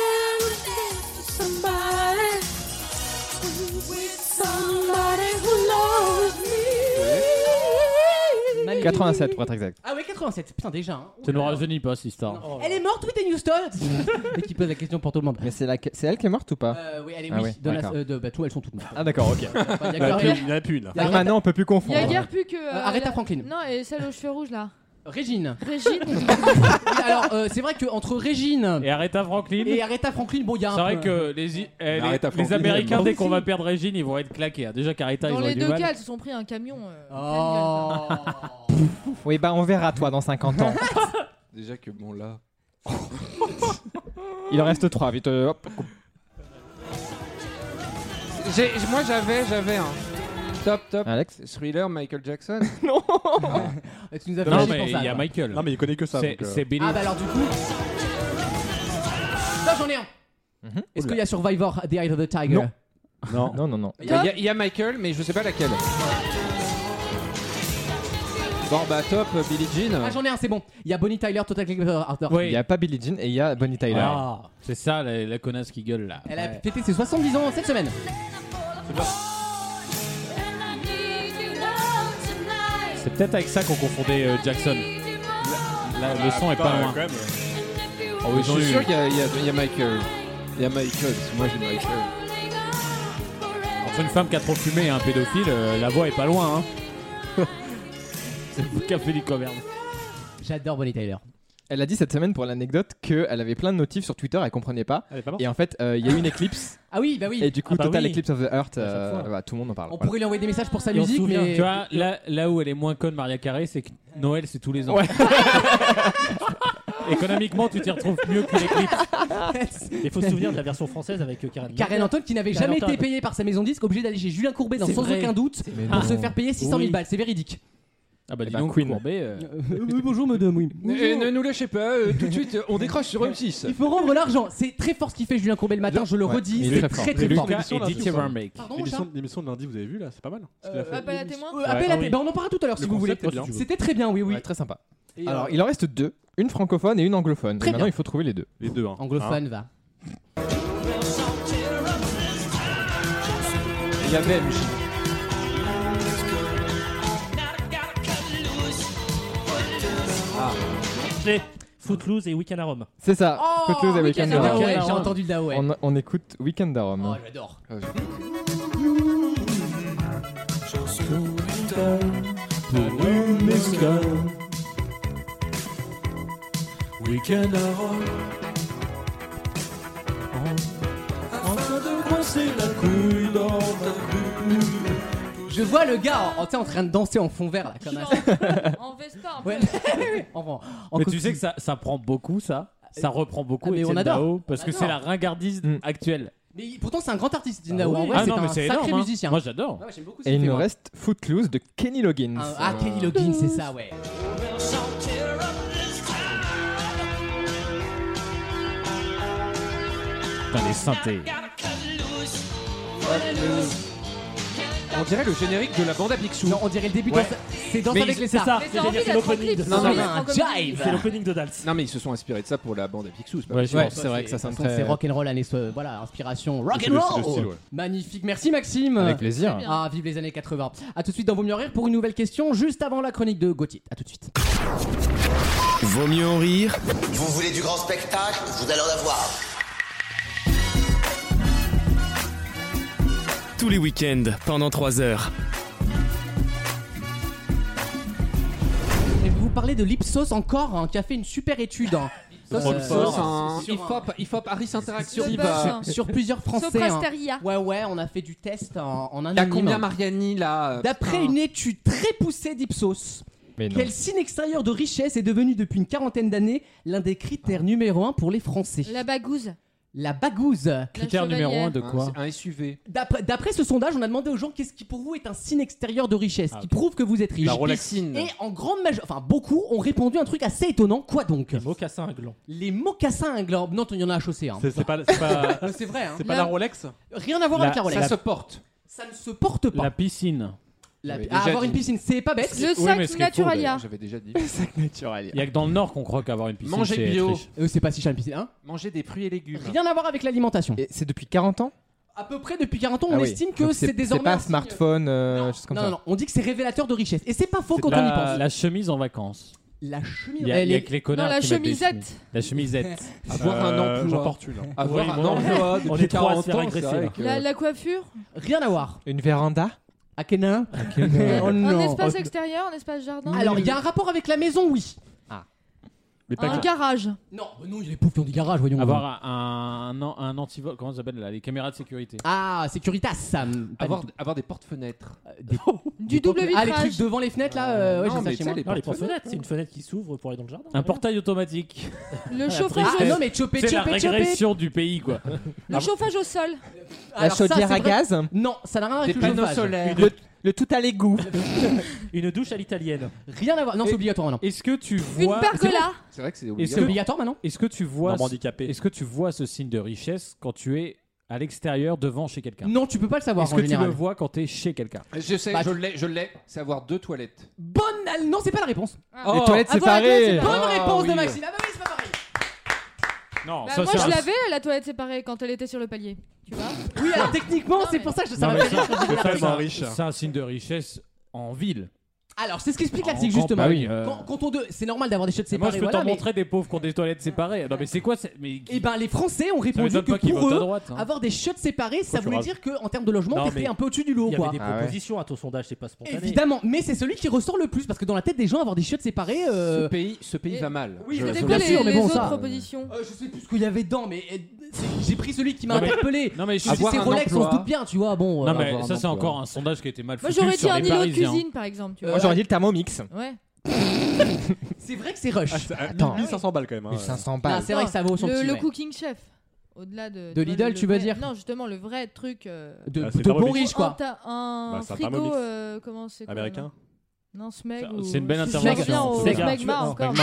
Magnifique.
87 pour être exact.
Ah ouais, 87, putain, déjà. hein.
Tu ne rajeunis pas, Sistar.
Elle est morte, Whitney Houston Et qui pose la question pour tout le monde.
Mais c'est la- c'est elle qui est morte ou pas
Euh, oui, elle est
Ah
oui.
oui,
de la-
d'accord.
euh, de- bah, tout, elles sont toutes mortes.
Ah d'accord, ok.
Il y
La
a que-
pub,
la pub, là.
Il y a-
Maintenant, on peut plus
Il y a
confondre.
guère plus que. euh,
Euh, Aretha
la-
Franklin.
Non, et celle aux cheveux rouges là.
Régine.
Régine.
Alors, euh, c'est vrai qu'entre Régine
Et Aretha Franklin.
et Aretha Franklin, bon, il y a un
C'est vrai
peu-
que les, I- eh, les-
Aretha
les
Franklin,
Américains,
elle
dès
est
qu'on va
morte.
perdre Régine, ils vont être claqués. hein. Déjà qu'Aretha, ils
Dans
ont
les
eu du
deux cas,
mal.
elles se sont pris un camion. euh,
Oh.
Oui, bah on verra toi dans 50 ans.
Déjà que bon là.
Il en reste 3, vite. euh, hop.
J'ai- Moi j'avais, j'avais un. Top, top.
Alex
Thriller, Michael Jackson.
Et Tu nous as fait
Non,
chier pour
mais
ça,
il y a
là.
Michael.
Non, mais il connaît que ça.
C'est
donc, euh,
c'est Billy.
Ah bah alors du coup. Ça j'en ai un.
Mhm.
Est-ce qu'il y a Survivor The Eye of the Tiger
Non. Non, non, non.
Il y, a- il y a Michael, mais je sais pas laquelle. Bon bah top, Billie Jean.
Ah j'en ai un, c'est bon. Il y a Bonnie Tyler, Total Eclipse Arthur.
Il
Oui,
y a pas Billie Jean et il y a Bonnie Tyler.
Ah, c'est ça la, la connasse qui gueule là.
Elle a fêté ses 70 ans cette semaine.
C'est peut-être avec ça qu'on confondait euh, Jackson. La- le son est pas loin. Oh,
Je
ils ont
suis
eu-
sûr qu'il y, a- il y a- il y a Michael. Il y a Michael, parce que moi j'ai Michael.
Entre une femme qui a trop fumé et un pédophile, euh, la voix est pas loin. Hein. c'est le café du commerce.
J'adore Bonnie Tyler.
Elle a dit cette semaine pour l'anecdote qu'elle avait plein de notifs sur Twitter, elle comprenait pas.
Elle est pas morte
Et en fait, euh, il y a eu une éclipse.
Ah oui, bah oui.
Et du coup,
Ah bah
Total
oui.
Eclipse of the Heart, euh,
À chaque fois.
bah, tout le monde en parle.
On
voilà.
pourrait lui envoyer des messages pour sa
Et on se
musique,
souvient,
mais euh,
Tu vois, là, là où elle est moins conne, Maria Carré, c'est que Noël, c'est tous les ans. Économiquement, tu t'y retrouves mieux que les clips.
Il faut se souvenir de la version française avec euh, Karen.
Karen Anton qui n'avait
Karen
jamais été
Anton.
payée par sa maison de disque, obligée d'aller chez Julien Courbet dans
C'est
sans
vrai.
aucun doute
Mais
pour
non.
se faire payer 600
Oui.
000 balles. C'est véridique.
Ah bah dis
ben,
donc,
Queen.
Courbet, euh,
bonjour madame, oui.
Et ne nous lâchez pas, euh, tout de suite euh, on décroche sur M6.
Il faut rendre l'argent. C'est très fort ce qu'il fait Julien Courbet le matin, je le
Ouais,
redis.
il est
C'est
très fort.
très
Mais
très fort.
Lucas
Lucas-
et
Émission
Dick
là-dessus,
Evermake.
Pardon, mon chat
L'émission l'émission de lundi, vous avez vu là, c'est pas mal. ce qu'il a fait.
Appel à témoin
Euh, appel
Ouais.
à
Ah oui.
témoins. Bah, on en parlera tout à l'heure
Le
si vous voulez.
concept est bien.
C'était très bien, oui, oui.
Ouais, très sympa.
Et,
Alors,
euh,
il en reste deux une francophone et une anglophone.
Très
et maintenant,
bien.
il faut trouver les deux.
Les deux, hein.
Anglophone va.
Il y avait MJ.
Clé, Footloose et Weekend à Rome.
C'est ça.
Oh,
Footloose et
Weekend
Weekend
at
at
Ah
Rome.
ouais,
Rome.
j'ai entendu le Daoué.
On, on écoute Weekend à Rome.
Oh, j'adore. Je vois le gars en, en- tu sais, en train de danser en fond vert là, comme un.
En Vesta un peu.
Ouais. en, en
Mais
costume.
tu sais que ça, ça prend beaucoup, ça. Ça reprend beaucoup.
Ah, mais on
Étienne
adore.
Dao, parce que
Adore.
c'est la ringardise
Mm.
actuelle.
Mais il- pourtant, c'est un grand artiste, Étienne Daou. En vrai,
ah
c'est
non,
un
mais c'est
sacré
énorme. hein.
musicien.
Moi, j'adore.
Ouais, j'aime beaucoup ce
Et
qu'il
il
fait,
nous
moi.
reste Footloose de Kenny Loggins.
Un- Ah, Kenny Loggins, c'est ça, ouais.
Putain, les synthés.
On dirait le générique de la bande à Picsou.
Non, on dirait le début de Danse- C'est Danse
Mais
avec
il-
les
C'est
stars.
ça,
Ah, Mais
c'est
t'as envie
c'est
d'être en clip,
l'opening de
t'as
Non,
envie
non,
d'être en
un
comédie.
jive.
C'est l'opening de Dals.
Non mais ils se sont inspirés de ça pour la bande à Picsou. c'est pas
Ouais,
possible.
Ouais, c'est vrai que ça sonne
De toute façon,
très.
C'est rock and roll années so- voilà inspiration rock
C'est
and
le-
roll.
c'est le style, ouais.
Magnifique, merci Maxime.
Avec plaisir.
bien.
Ah, vive les années 80. À tout de suite dans Vaut mieux en rire pour une nouvelle question juste avant la chronique de Gauthier. À tout de suite.
Vaut mieux en rire
Vous voulez du grand spectacle Vous allez en avoir.
tous les week-ends pendant 3 heures.
Et vous parler de l'Ipsos encore, hein, qui a fait une super étude. hein.
Ipsos, Ipsos, un-
sur
IFOP, IFOP, Harris Interactive.
sur-
Bah,
sur plusieurs Français. hein.
Soprasteria.
Ouais, ouais, on a fait du test en, en un
T'as
anonyme.
combien Mariani là euh,
D'après
putain.
une étude très poussée d'Ipsos,
Mais non.
quel signe extérieur de richesse est devenu depuis une quarantaine d'années l'un des critères numéro un pour les Français
La bagouze.
La bagouze.
Critère
chevalière.
numéro 1 de quoi
Un SUV.
D'après d'après ce sondage, on a demandé aux gens qu'est-ce qui pour vous est un signe extérieur de richesse, qui prouve que vous êtes riche.
La Rolex.
Piscine.
Et en grande majorité, enfin beaucoup ont répondu un truc assez étonnant. Quoi donc Les
mocassins à gland.
Les mocassins à gland. Non, il y en a à chaussée. hein.
C'est c'est pas, c'est pas-
C'est vrai, hein.
C'est pas la
La-
Rolex
Rien à voir
La-
avec la Rolex.
ça se
porte.
Ça ne se porte pas.
La piscine.
La-
J'avais
ah,
déjà
avoir
dit.
une piscine, c'est pas bête.
Le Oui, sac mais ce qui est faux, Naturalia. d'ailleurs,
J'avais déjà dit.
Il y a que dans le Nord qu'on croit qu'avoir une piscine.
Manger
c'est
bio.
être riche.
Euh, c'est pas si cher une piscine, hein
Manger des fruits et légumes.
Rien à voir avec l'alimentation.
Et c'est depuis 40 ans
À peu près depuis 40 ans, on
Ah oui.
estime que
Donc
c'est désormais.
C'est pas
un signe-
smartphone, euh, choses comme
Non,
ça.
non, non, on dit que c'est révélateur de richesse. Et c'est pas faux quand on y
La,
pense.
la chemise en vacances.
La chemise.
Il y a,
elle
il y a
est-
que les connards
Non, la
qui mettent des
chemisette.
chemises. La chemisette.
Avoir un
Euh,
emploi.
J'en porte une. hein.
Avoir
Oui,
un
moi,
emploi
On
depuis
est trois à
40
se faire
ans. c'est
agresser.
vrai
là.
que-
La, la coiffure.
Rien à voir.
Une véranda
À Kenin Oh
Un
non.
espace extérieur, un espace jardin.
Alors, il y a un rapport avec la maison, oui.
un garage.
Non, non, il y a les pauvres qui ont des garages, voyons.
Ah. Avoir un, un, un antivol. Comment ça s'appelle là Les caméras de sécurité.
Ah, Securitas, ça. me- pas
Avoir,
du tout.
avoir des portes-fenêtres.
Du double
Ah, les
vitrage.
trucs devant les fenêtres là euh, ouais,
Non,
j'ai ça
mais
chez
tu sais,
moi.
les
Non, les
portes-fenêtres.
porte-fenêtres, c'est une fenêtre qui s'ouvre pour aller dans le jardin.
Un portail automatique.
Le chauffage,
Ah
au...
non, mais choper,
C'est la
choper, choper.
régression du pays quoi.
le chauffage au sol.
Alors, ça,
chaudière
c'est
à
vrai-
gaz
Non, ça n'a rien à voir
Des
avec le
panneaux
chauffage.
solaires.
Le, le tout à l'égout.
Une douche à l'italienne.
Rien à voir. Non, c'est obligatoire maintenant.
Est-ce que tu
Une
vois
pergola.
C'est vrai que c'est
Est-ce
C'est
que,
obligatoire maintenant
est-ce que tu vois
Norme handicapée.
Est-ce que tu vois ce signe de richesse quand tu es à l'extérieur devant chez quelqu'un
Non, tu peux pas le savoir
Est-ce
en
que tu le
général.
vois quand t'es chez quelqu'un
Je sais,
Bah,
je l'ai, je l'ai. C'est avoir deux toilettes.
Bonne. al- Non, c'est pas la réponse.
Les toilettes
avoir la toilette
séparées.
séparée.
Bonne
Ah,
réponse de
oui.
Maxime. Ah bah oui, c'est pas pareil.
Non,
Bah, moi, je l'avais la toilette séparée quand elle était sur le palier. Tu vois
Oui, alors techniquement,
Non,
c'est
mais-
pour ça que je- ça
Non,
m'a
mais
fait
ça,
rire quand j'ai dit la
ça,
réponse.
c'est un- c'est un signe de richesse en ville.
Alors, c'est ce qu'explique
En
l'article justement.
campagne, euh.
Quand, quand on de- c'est normal d'avoir des chiottes
Et moi, je
séparées.
peux
voilà,
t'en
mais-
montrer des pauvres qui ont des toilettes séparées. Non, mais c'est quoi c'est- mais...
Et ben, les Français ont
Ça
répondu
m'étonne
que
pas qu'ils
pour
votent à
eux, ah
droite. hein.
avoir des chiottes séparées, ça
Faut que
voulait
je
dire qu'en termes de logement,
Non,
t'étais
mais
un peu au-dessus du
Il
lot,
y
quoi.
avait des
Ah ouais.
propositions à ton sondage, c'est pas spontané.
Évidemment, mais c'est celui qui ressort le plus parce que dans la tête des gens, avoir des chiottes séparées.
Ce
euh,
pays, ce pays
Et-
va mal.
Oui,
Je-
mais
C'était
je-
quoi
bien
les,
sûr, mais
les
bon,
autres
ça, euh,
propositions
euh, je sais plus ce qu'il y avait dedans, mais euh, c'est- j'ai pris celui qui m'a
Non, mais-
interpellé.
Non, mais, je-
Ah
Si
Avoir
c'est
un
Rolex, on
emploi.
se doute bien, tu vois. Bon, euh,
non, mais
avoir
ça,
un
c'est
emploi.
encore un sondage qui a été mal
Moi,
foutu
j'aurais dit
sur
un
les
îlot de
Parisiens.
cuisine, par exemple. Tu vois
Moi j'aurais dit le Thermomix.
Ouais.
C'est vrai que c'est
Ah,
rush.
Attends.
1500 balles quand même. hein.
1500
Ah,
balles.
c'est vrai que ça vaut son
Le,
petit.
le
ouais.
cooking chef. Au-delà de.
De
vois,
Lidl,
le-
tu
le
veux
vrai-
dire
Non, justement, le vrai truc. euh,
De,
Ah, c'est
de bon
Thermomix.
riche,
Un,
quoi.
ta- Oh, un
Bah, c'est un
frigo.
Thermomix.
euh, comment c'est quoi,
Américain.
Non, non Smeg.
C'est-
ou-
c'est une belle
Je
intervention.
reviens au
Smeg.
Smegma
Non,
encore.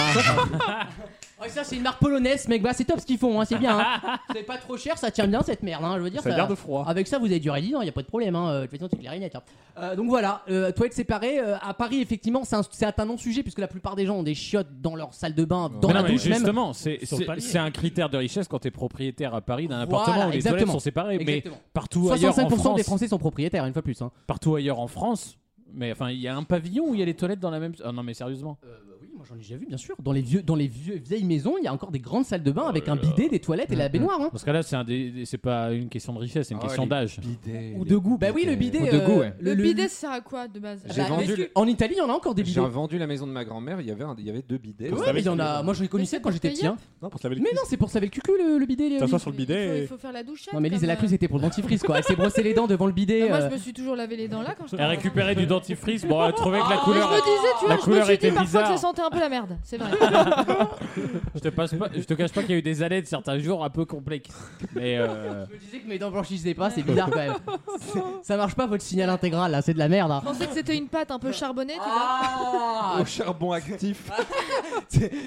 Ouais, ça, c'est une marque polonaise, mec. Bah, c'est top ce qu'ils font, hein, c'est bien. hein. c'est pas trop cher, ça tient bien cette merde. hein, je veux dire,
Ça a
ça-
l'air de froid.
Avec ça, vous avez du Reddit, il n'y a pas de problème. Hein. euh, De toute façon, tu clarinette. Hein. Euh, donc voilà, euh, toilettes séparées. euh, à Paris, effectivement, c'est un, c'est un non-sujet puisque la plupart des gens ont des chiottes dans leur salle de bain, dans
Mais
la
non, mais
douche même.
justement, c'est
Sur le palier.
c'est- c'est un critère de richesse quand t'es propriétaire à Paris d'un
Voilà,
appartement où les toilettes
exactement.
sont séparées.
Exactement.
Mais partout ailleurs en
65%
France,
des Français sont propriétaires, une fois plus. Hein.
partout ailleurs en France, mais enfin, il y a un pavillon où il y a les toilettes dans la même. Ah non, mais sérieusement.
Euh, bah oui, moi j'en ai déjà vu, bien sûr. Dans les, vieux, dans les vieux, vieilles maisons, il y a encore des grandes salles de bain avec un bidet, des toilettes et la baignoire. hein.
Parce que là, c'est un des- des- c'est pas une question de richesse, c'est une
Ah,
question
les
d'âge.
bidets,
Ou
les
de goût. Bah oui,
bidets.
le bidet.
Ou de goût, ouais.
Le bidet, ça sert à quoi de base
J'ai
bah,
vendu le-
En Italie, il y en a encore des
J'ai
bidets.
vendu la maison de ma grand-mère, il y avait, un- il y avait deux bidets.
Ouais, mais il y en a. Moi, je les connaissais quand j'étais petit. hein.
Non, pour se laver le
Mais
cul.
non, c'est pour se laver le cul le, le bidet. le-
T'assois sur le
Il faut, il
bidet.
faut faire la douchette.
Non, mais Lise,
comme,
elle a cru que c'était pour le dentifrice, quoi. Elle s'est brossée les dents devant le
euh,
bidet.
Moi, je
euh.
me suis toujours lavé les dents là quand je
Elle récupérait du dentifrice, bon, elle trouvait que la
Mais Ah, je
couleur.
me disais,
La
tu vois, je me
couleur
suis
était
dit parfois que ça
bizarre.
sentait un peu la merde. C'est vrai.
Je te, passe pas- je te cache pas qu'il y a eu des allées de certains jours un peu complexes. Mais euh,
Je me disais que mes dents blanchissaient pas, c'est bizarre quand même. C'est- Ça marche pas votre signal intégral là, c'est de la merde. hein.
Je pensais que c'était une pâte un peu charbonnée, tu vois.
Ah
Au charbon actif.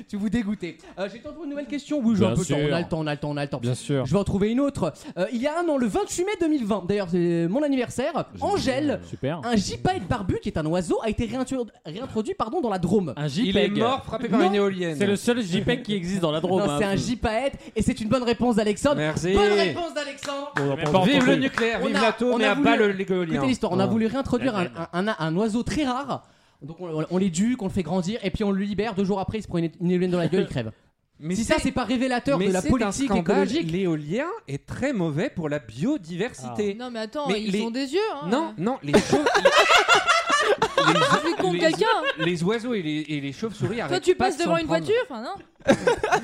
Tu vous dégoûtez. Euh, J'ai le temps pour une nouvelle question Oui, j'ai
Bien
un peu le temps,
sûr.
on a le temps, on a le temps, on a le temps.
bien sûr.
Je vais en trouver une autre. Euh, il y a un an, le 28 mai 2020, d'ailleurs c'est mon anniversaire, Angèle,
Super.
un gypaète barbu qui est un oiseau, a été réintrodu- réintroduit pardon, dans la Drôme.
Un
Il est
JPEG.
mort frappé par
Non.
une éolienne.
C'est le seul JPEG qui existe dans la hein, Drôme.
Non, c'est un gypaète et c'est une bonne réponse d'Alexandre.
Merci.
Bonne réponse d'Alexandre
On en
Mais
pense
pas
pas.
Vive le
Entendu.
nucléaire,
On
vive
a- on
l'atome et
a
abat
voulu-
le l'éolien.
Écoutez l'histoire, on a
Ouais.
voulu réintroduire
La
un,
graine.
un- un- un oiseau très rare. Donc on, on l'éduque, on le fait grandir, et puis on le libère. Deux jours après, il se prend une, une éolienne dans la gueule, il crève.
Mais
si ça, c'est pas révélateur
mais
de la
c'est un
politique
scandale,
écologique.
L'éolien est très mauvais pour la biodiversité.
Non, mais attends,
Mais
ils
les-
ont des yeux. Hein.
Non, non, les, chauves- les- les-
Je plus Ah, con que
les-
quelqu'un.
Les oiseaux et les, et les chauves-souris
Toi,
arrêtent
tu
pas
passes
de s'en
devant une
prendre.
voiture, enfin, non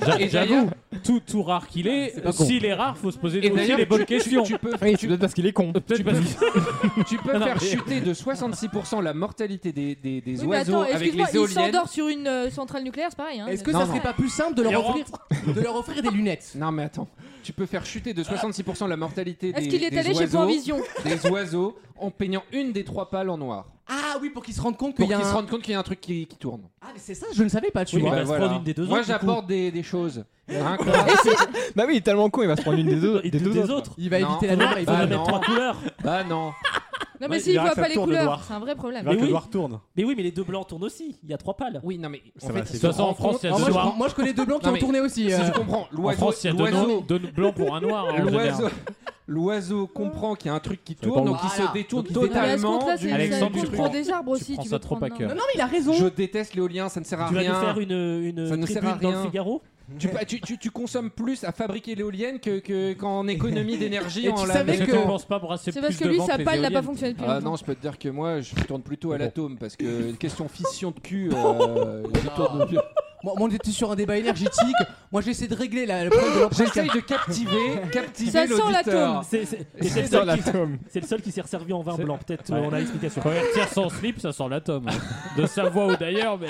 J'a-
Et
J'avoue,
d'ailleurs-
tout, tout rare qu'il est,
pas con.
s'il est rare, faut se poser
Et
aussi
d'ailleurs,
les bonnes
tu-
questions.
tu peux-
Oui, c'est peut-être parce qu'il est con.
Peut-être parce que-
Tu peux
Non,
faire
mais-
chuter de 66% la mortalité des, des, des
Oui, mais
oiseaux
attends,
avec
excuse-moi,
les
il
éoliennes.
s'endort sur une euh, centrale nucléaire, c'est pareil. Hein,
Est-ce que
Non,
ça
non.
serait pas plus simple de leur,
Laurent.
offrir, de leur offrir des lunettes
Non mais attends, tu peux faire chuter de 66% la mortalité des
Est-ce qu'il est
des
allé chez
oiseaux-
Provision
Des oiseaux en peignant une des trois pales en noir.
Ah oui, pour qu'ils se rendent compte
Pour
qu'il y
qu'ils
a
se
un...
rendent compte qu'il y a un truc qui, qui tourne.
Ah, mais c'est ça, je ne savais pas, tu
Oui,
vois.
bah
va se
voilà.
prendre une des deux
Moi
autres, du
j'apporte des, des choses. Hein, quoi
Bah oui, il est tellement con, il va se prendre une des deux.
Et
des
deux
deux
des
autres.
autres.
Il va
Non.
éviter la
Ah,
noire,
Il
il
Bah
faudrait
va...
mettre
non.
trois couleurs.
bah non.
Non,
Ouais,
mais
il
s'il
verra
voit
que
pas
ça
les
tourne, le
couleurs,
noir.
c'est un vrai problème.
Il va que
oui.
le noir tourne.
Mais oui, mais les deux blancs tournent aussi. Il y a trois pales.
Oui, non mais
Ça
en
va,
fait,
c'est
tu
De toute
te
façon,
rends
en France,
compte-
il y a
Ah, moi,
deux
je,
noirs.
moi, je connais deux blancs qui
Non,
ont
mais-
tourné aussi.
Si
euh.
tu comprends,
En
l'oiseau
France, il y a deux noirs-
l'oiseau-
deux blancs pour un noir. hein, en
l'oiseau
général.
l'oiseau comprend qu'il y a un truc qui
dépend
tourne
où.
donc il
Voilà.
se détourne
Donc, il se
Non, mais à ce
totalement
compte-là,
du-
c'est
Alexandre,
ça-
tu
tu
prends-
prends des arbres
tu
aussi,
prends
tu
ça
veux
trop à
prendre un-
cœur.
Non, non, Ah, mais il a raison.
Je déteste l'éolien, ça ne sert à
Tu vas
rien.
Ah, nous faire une, une
Ça nous sert à
tribune dans le
rien.
Figaro
Tu, pa- tu, tu- tu consommes plus à fabriquer l'éolienne que, que- qu'en économie d'énergie
Et
en
tu
la
savais
Je
que-
ne pense pas brasser
C'est
plus
parce que lui,
devant
sa
les
palle n'a pas
éoliennes.
fonctionné depuis
Ah
longtemps.
non, je peux te dire que moi, je tourne plutôt à l'atome parce que une question fission de cul, euh, je tourne plus.
Moi, moi, on était sur un débat énergétique. Moi, j'essaie de régler la, le problème de l'empreinte.
J'essaye de captiver, captiver
Ça sent
l'auditeur.
l'atome.
C'est c'est- et c'est
C'est
le
dans
seul qui-
l'atome.
c'est le seul qui s'est resservi en vin
C'est-
blanc. Peut-être
Ouais.
euh, on a l'explication.
Quand il retire son slip, ça sent l'atome. hein. De sa voix ou d'ailleurs, mais.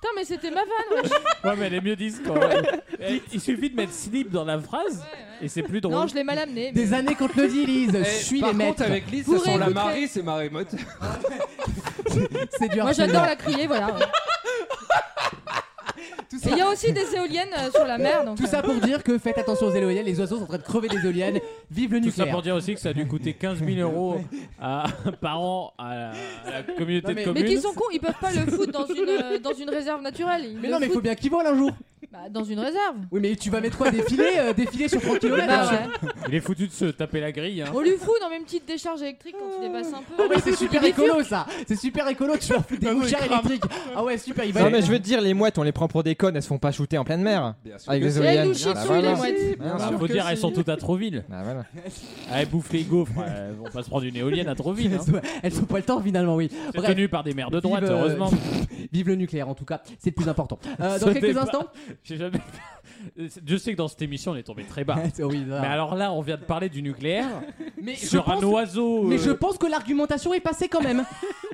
Putain, mais c'était ma vanne, wesh.
Ouais, mais elle est mieux dite quand même. Eh, Il suffit de mettre slip dans la phrase et c'est plus drôle.
Non, je l'ai mal amené. mais-
Des années qu'on te le dit, Lise.
Eh,
suis
par
les
contre,
maîtres.
avec Lise,
Vous
ça sent la
réécouterez.
marée, c'est marée motte.
C'est du
Moi, j'adore la crier, voilà. ouais.
Tout ça,
Et il y a aussi des éoliennes euh, sur la mer, donc.
tout ça pour dire que faites attention aux éoliennes. Les oiseaux sont en train de crever des éoliennes. Vive le
Tout ça
nucléaire.
pour dire aussi que ça a dû coûter 15 000 euros à- par an à la, à la communauté
Non, mais-
de
Mais
communes.
qu'ils sont cons, ils peuvent pas le foutre dans une, euh, dans une réserve naturelle. Ils
Mais
le
non, mais il faut
foutent-
bien qu'ils volent un jour.
bah, dans une réserve.
Oui, mais tu vas mettre quoi Des filets euh, Des filets sur 30 km
Bah ouais.
Il est foutu de se taper la grille. Hein.
On lui fout dans même petite décharge électrique quand il dépasse un peu.
Ah Oh, c'est super écolo ça! C'est super écolo, tu leur fous des mouchards électriques! Ah ouais, super, il va
Non mais je veux te dire, les mouettes, on les prend pour des connes, elles se font pas shooter en pleine mer. hein,
Bien sûr
Avec
que
les
si.
Et elles
éoliennes.
nous chient
Ah,
dessus,
voilà.
les mouettes.
Bien
Ah,
Bah,
sûr.
faut
que
dire, elles
si.
sont toutes à Trouville.
Ah, voilà.
Elles bouffent les gaufres. euh, on va se prendre une éolienne à Trouville. hein.
Elles sont pas le temps finalement, oui.
C'est
Bref,
tenu par des maires de droite,
Vive, euh,
heureusement.
vive le nucléaire en tout cas, c'est le plus important. Euh, dans
Ce
quelques
débat-
instants.
J'ai jamais. Je sais que dans cette émission, on est tombé très bas.
Oui, voilà.
Ah. Mais alors là, on vient de parler du nucléaire
Mais Ah. je
sur un
pense-
oiseau.
Mais
euh,
je pense que l'argumentation est passée quand même.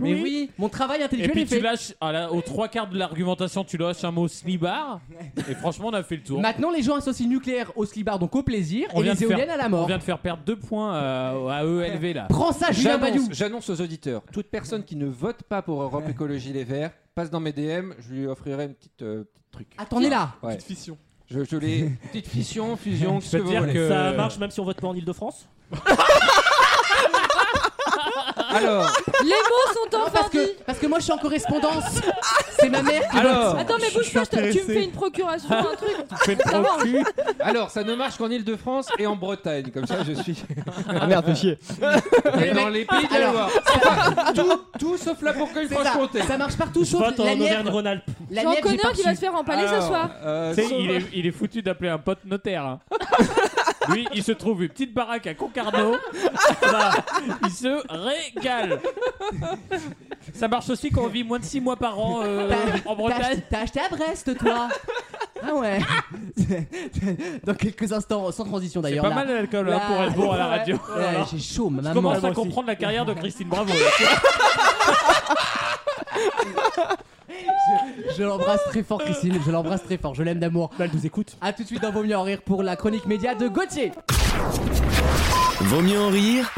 Mais
oui, mon travail
Et
intellectuel
puis
est
tu
fait.
lâches, à la- aux trois quarts de l'argumentation, tu lâches un mot slibar. Et franchement, on a fait le tour.
Maintenant, les gens associent nucléaire au slibar, donc au plaisir,
On
et
vient
les
de faire-
éoliennes à la
On
mort.
vient de faire perdre deux points euh, à ELV là.
Prends
Ah,
ça, Julien Bayou!
J'annonce, j'annonce aux auditeurs, toute personne qui ne vote pas pour Europe Écologie Les Verts passe dans mes DM, je lui offrirai une petite, euh, petite truc.
Attendez là!
Ouais. Je, je l'ai. Petite fission, fusion,
Je
ce
peux
que
te
vous
dire
voulez.
que-
Ça
Euh,
marche même si on vote pas en Ile-de-France
Alors,
Les mots sont
Non,
enfin
parce
dits.
que, parce que moi je suis en correspondance!
Ah.
C'est ma mère qui
alors,
Attends, mais bouge pas, je te- tu me fais une procuration, un truc. Ça marche.
alors, ça ne marche qu'en Ile-de-France et en Bretagne, comme ça je suis.
Ah merde, fais chier.
Et dans les pays de la
Alors,
Loire. Enfin, tout, tout sauf la Bourgogne-Franche-Comté.
ça, ça marche partout sauf
Vote en
la Nièvre!
Auvergne-Rhône-Alpes.
La
J'en
Nièvre, j'ai
connais
pas
un qui va
reçu.
se faire empaler ce
Ah.
Alors,
soir.
euh,
Tu sais,
sauf-
il, est, il est foutu d'appeler un pote notaire. hein. Lui, il se trouve une petite baraque à Concarneau. Voilà. il se régale. Ça marche aussi quand on vit moins de 6 mois par an euh, en
T'as
Bretagne.
acheté- T'as acheté à Brest, toi Ah ouais Dans quelques instants, sans transition
C'est
d'ailleurs.
pas
là.
mal l'alcool hein,
Là-
pour être bon à la
Ouais,
radio.
ouais, J'ai chaud,
Je
maman.
commence à
aussi.
comprendre la carrière de Christine Bravo. là.
Je l'embrasse très fort, Christine. Je l'embrasse très fort. Je l'aime d'amour.
Là, elle nous écoute.
A tout de suite dans Vaut mieux en rire pour la chronique média de Gauthier.
Vaut mieux en rire.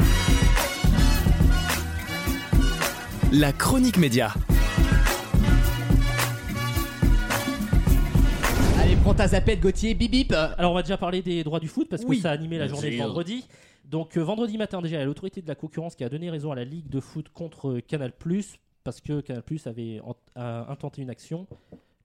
La chronique média.
Allez, prends ta zapette, Gauthier. Bip bip. Euh,
Alors, on va déjà parler des droits du foot parce que
Oui.
ça a animé la journée de
Zéro.
vendredi. Donc, euh, vendredi matin, déjà, il y a l'autorité de la concurrence qui a donné raison à la Ligue de foot contre euh, Canal parce que Canal avait en- a intenté une action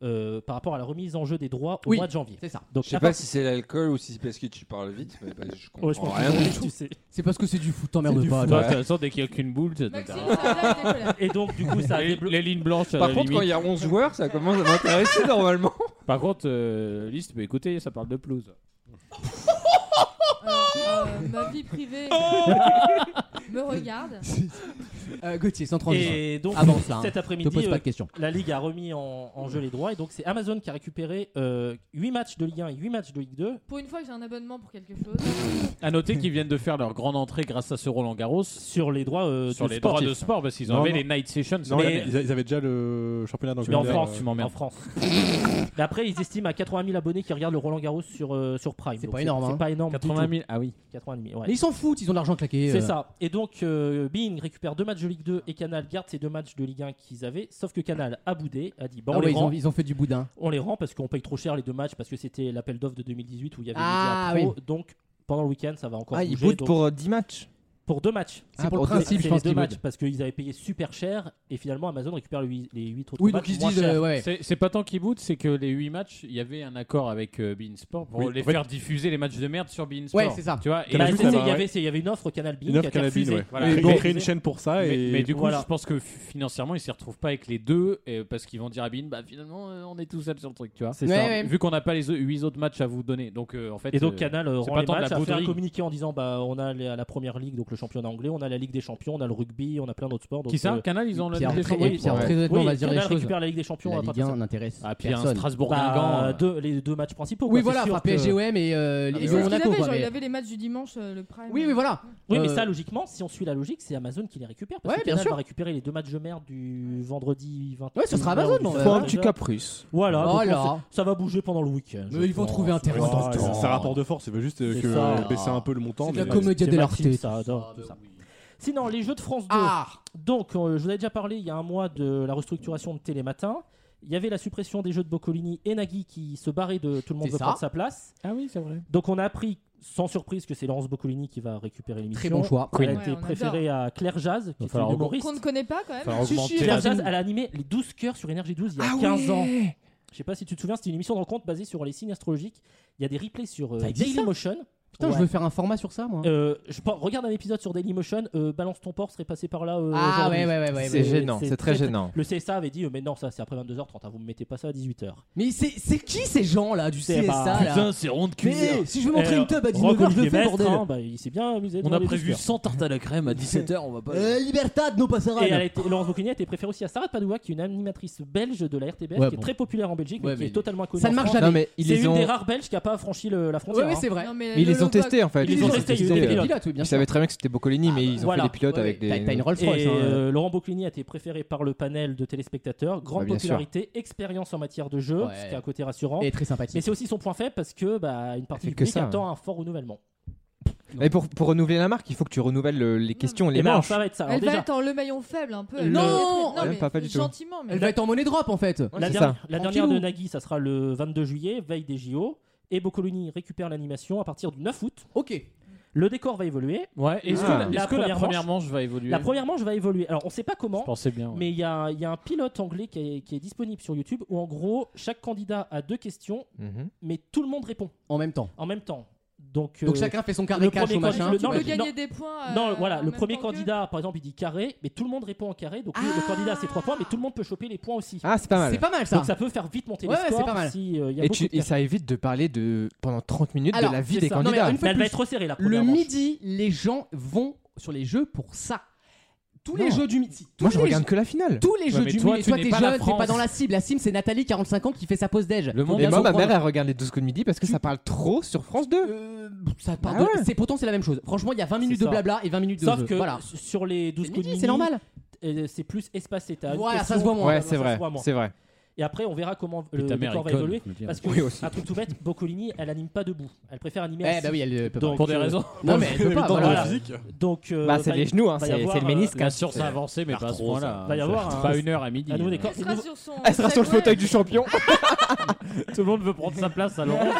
euh, par rapport à la remise en jeu des droits au
Oui.
mois de janvier.
C'est ça.
Donc,
Je sais
à
pas
part-
si c'est l'alcool ou si c'est parce que tu parles vite, mais bah, je comprends
Ouais, je
Oh,
pense
rien.
que tu sais.
C'est parce que c'est du foot, t'emmerde pas.
Toi,
toi.
de toute façon, dès qu'il n'y a qu'une boule, t'as-
Maxime,
t'as-
ça va, il est dégueulasse.
Et donc, du coup, ça a
les,
déblo-
les lignes blanches. à
Par
la
contre, quand
limite.
il y a 11 joueurs, ça commence à m'intéresser normalement.
Par contre, euh, Lise, tu peux écouter, ça parle de pelouse.
Alors, euh, ma vie privée me regarde.
Euh, Gauthier, sans transition.
Et donc,
Avance, là, hein.
cet après-midi,
Te pose pas
euh,
de questions.
la Ligue a remis en, en jeu les droits. Et donc, c'est Amazon qui a récupéré euh, 8 matchs de Ligue 1 et 8 matchs de Ligue 2.
Pour une fois que j'ai un abonnement pour quelque chose.
À noter qu'ils viennent de faire leur grande entrée grâce à ce Roland Garros
sur les droits euh,
sur
de
les
sportifs.
droits de sport parce qu'ils
Non,
en avaient
non.
les night sessions.
Non,
Mais-
ils avaient-
Ils ils avaient déjà le championnat
Tu mets en
d'Angleterre.
France,
euh,
tu m'emmerdes. En France. Mais après, ils estiment à 80 000 abonnés qui regardent le Roland Garros sur, euh, sur Prime. Donc, C'est
pas énorme, hein.
C'est pas énorme. du
80 000,
tout.
ah oui.
80 000, ouais.
Mais ils s'en foutent, ils ont de l'argent claqué.
C'est
euh.
ça. Et donc, euh, Bein récupère deux matchs de Ligue 2 et Canal garde ces deux matchs de Ligue 1 qu'ils avaient. Sauf que Canal a boudé, a dit bon,
Ah
on les
ouais, ils,
rend.
ont, ils ont fait du boudin.
On les rend parce qu'on paye trop cher les deux matchs parce que c'était l'appel d'offres de 2018 où il y avait
Ah,
Media Pro. Donc, pendant le week-end, ça va encore.
Ah, ils
bouger,
boudent
donc-
pour, euh,
10 matchs
Pour deux matchs.
Ah, pour le
deux-
principe, je
c'est
pense
les deux
qu'ils
matchs
boudent.
parce qu'ils avaient payé super cher et finalement Amazon récupère les 8 autres
Oui,
matchs.
donc ils se
moins
disent,
chers.
euh, C'est- C'est pas tant qu'ils bootent, c'est que les 8 matchs, il y avait un accord avec euh, Bein Sport pour
Oui,
les
en fait-
faire diffuser les matchs de merde sur Bein Sport.
Ouais, c'est ça.
Tu vois,
Canal+, Bah, c'est- il y avait- c'est- il y avait une offre Canal Bean Une offre qui a été Canal Bean, refusée. ouais.
Voilà.
Et
Mais-
ils ont créé une chaîne pour ça
Mais,
et-
mais du coup,
Voilà.
je pense que f- financièrement, ils s'y retrouvent pas avec les deux euh, parce qu'ils vont dire à Bean, bah finalement, euh, on est tout seul sur le truc, tu vois.
C'est Ouais, ça. ouais.
Vu qu'on n'a pas les 8 autres matchs à vous donner, donc euh, en fait.
et donc
euh,
Canal euh,
c'est
rend
pas
les
tant de la
matchs, a fait un
bouderie.
communiqué en disant bah on a les- la première ligue donc le championnat anglais, on a la Ligue des Champions, on a le rugby, on a plein d'autres sports. Donc,
Qui ça Canal, ils ont la
Pierre,
Ligue des
très-
Champions
oui, Pierre,
Ouais.
très honnêtement,
Oui,
on va dire
Canal
les choses.
récupère la Ligue des Champions,
on
La
va pas
Ligue
faire
1
ça.
n'intéresse
Ah, euh. puis un
personne.
Strasbourg
Bah, deux- les deux matchs principaux. quoi,
euh. Oui,
c'est
voilà,
sûr
enfin,
que-
PSGOM et, euh,
Ah,
et
mais
Monaco,
ouais.
Il avait,
quoi,
genre,
mais-
il avait les matchs du dimanche, euh, le Prime.
Oui, oui, voilà.
Oui, mais
Euh,
ça, logiquement, si on suit la logique, c'est Amazon qui les récupère. Parce
Ouais,
que
bien
Canal
sûr.
va récupérer les deux matchs de merde du vendredi 20.
Ouais, ce sera Amazon, on verra.
Pour
Faut un petit caprice.
Voilà, donc
Voilà.
on- ça va bouger pendant le week-end. hein,
Mais ils vont trouver un terrain
d'entente. C'est un rapport de
force,
force, il veut juste, euh, que- baisser un peu le montant, C'est de la mais-
comédie
commedia dell'arte.
Ça,
Ah,
adore,
bah
tout ça. Sinon, les jeux de France 2.
Ah.
Donc, euh, je vous avais déjà parlé il y a un mois de la restructuration de Télématin. Il y avait la suppression des jeux de Boccolini et Nagui qui se barraient de tout le monde
C'est
veut
ça.
prendre sa place.
Ah oui, c'est vrai.
Donc, on a appris sans surprise que c'est Laurence Boccolini qui va récupérer l'émission.
Très bon choix.
Elle a
Ouais,
été
on adore.
préférée à Claire Jazz, qui
Va
était
falloir
une humoriste.
euh, Qu'on ne connaît pas quand
Enfin,
même.
si, si, Claire Jazz, elle a animé les 12 cœurs sur Énergie 12 il y a
Ah
15 ans.
ouais.
Je sais pas si tu te souviens, c'était une émission de rencontre basée sur les signes astrologiques. Il y a des replays sur euh,
Ça existe, ça
Dailymotion.
Putain, je
Ouais.
veux faire un format sur ça, moi.
Euh, je pense- regarde un épisode sur Dailymotion, euh, Balance ton port serait passé par là. euh,
Ah,
aujourd'hui.
ouais, ouais, ouais, ouais, C'est ouais. gênant, c'est très gênant.
Le CSA avait dit, euh, mais non, ça c'est après 22h30, hein, vous me mettez pas ça à 18h.
Mais c'est c'est qui ces gens là du
C'est
CSA
pas-
là
Putain, c'est rond de cul.
Mais si je veux montrer
Euh,
une tub à
Record
19h, je le
des
fais,
maîtres,
bordel.
hein, bah, il s'est bien amusé.
On
devant
a
les
prévu
douze
100 tartes à la crème à 17h, on va pas.
Euh, Libertad, no passerade.
Et elle a été, Laurence Boccolini a été préférée aussi à Sarah Padoua, qui est une animatrice belge de la RTBF,
Ouais,
qui est
bon.
très populaire en Belgique,
Ouais,
mais qui
mais
est totalement inconnue.
ça ne
en
marche
France.
jamais. Non, mais ils
C'est
les
une
ont-
des rares Belges qui n'a pas franchi le- la frontière.
Ouais, ouais,
hein.
c'est vrai. Non,
Mais ils les ont testés en fait.
Ils les ont testés. il y a eu des pilotes.
pilotes, oui, bien
Ils
sûr.
savaient très bien que c'était Boccolini, mais ils ont
voilà.
fait des pilotes
Ouais,
avec
ouais,
des.
t'as- t'as une
Rolls Royce,
Et,
hein.
euh, Laurent Boccolini a été préféré par le panel de téléspectateurs. Grande
Bah, bien
popularité, expérience en matière de jeu,
Ouais.
ce qui est un côté rassurant.
Et très sympathique.
Mais c'est aussi son point faible parce que bah, une partie
fait
du
que
public
ça,
attend un fort renouvellement.
Et pour, pour renouveler la marque, il faut que tu renouvelles le- les questions, les
Eh ben,
manches.
ça va être ça.
Elle va
déjà-
être en le maillon faible un peu.
Le-
elle va être-
Ouais,
mais
pas- pas du tout.
Gentiment, mais.
Elle va être en monnaie drop en fait.
la dernière, la dernière de Nagui, ça sera le 22 juillet, veille des JO. Et Boccolini récupère l'animation à partir du 9 août.
Ok.
Le décor va évoluer.
Ouais, est-ce que la- est-ce que la première manche va évoluer
La première manche va évoluer. Alors, on sait pas comment.
pensais bien, ouais.
Mais il y, a il y a un pilote anglais qui est, qui est disponible sur YouTube où, en gros, chaque candidat a deux questions,
Mhm.
mais tout le monde répond
En même temps.
en même temps. Donc,
Donc
euh,
chacun fait son
le
carré cache
premier
au machin,
candidat-
tu vois.
le-
Tu peux
non,
gagner des points, euh,
non, voilà,
en
le
même
premier
temps que-
candidat, par exemple, il dit carré, mais tout le monde répond en carré. Donc lui, le candidat, c'est trois points, mais tout le monde peut choper les points aussi.
Ah, c'est pas mal. C'est pas mal, ça.
Donc ça peut faire vite monter
Ouais,
les
ouais,
scores.
c'est pas mal.
si, euh, il y a
Et,
beaucoup
tu-
de
et ça évite de parler de pendant 30 minutes
Alors,
de la vie
c'est
des
ça. Non, mais
candidats.
une fois de
Mais elle va
plus,
être resserrée, la
Le
première manche.
midi, les gens vont sur les jeux pour ça. Tous les
Non.
jeux du midi.
Moi, je
tous les
regarde
jeux-
que la finale.
Tous les
Ouais,
jeux
mais
du
toi,
midi.
tu
Toi,
n'es
t'es
pas la
jeune, t'es pas
France.
dans la cible. La cible, c'est Nathalie, 45 ans, qui fait sa pause déj. Le
Et moi, ma mère, elle regarde les 12 coups de midi parce que ça parle trop sur France 2.
Euh, ça parle
Bah
de-
ouais.
C'est pourtant c'est la même chose. Franchement, il y a 20 minutes de
ça.
blabla et 20 minutes de
Sauf
jeu.
que
voilà.
s- sur les 12
C'est
coups
midi,
de midi,
c'est normal.
euh, c'est plus espacé. T'as une
Voilà,
question-
ça se voit moins. Ouais,
ça
c'est
se
vrai,
voit moins.
c'est vrai.
Et après, on verra comment
Puis
le
ta mère
décor va
est conne,
évoluer.
je veux dire.
Parce que,
Oui, aussi.
un truc tout bête, Boccolini, elle anime pas debout. Elle préfère animer.
Eh,
assis.
bah oui, elle peut pas.
Donc,
Pour des
euh,
raisons. Non, mais elle peut pas, voilà.
Donc, euh,
Bah, c'est
va y-
les genoux, hein,
va y
c'est-
avoir,
c'est le
euh,
ménisque,
Bien
hein.
sûr, ça avancé, mais pas à ce
trop,
point-là.
ça. Va y avoir un-
Pas une heure à midi.
un nouveau décor.
Elle
sera sur
son.
Elle sera sur le fauteuil du champion.
Tout le monde veut prendre sa place à Laurent.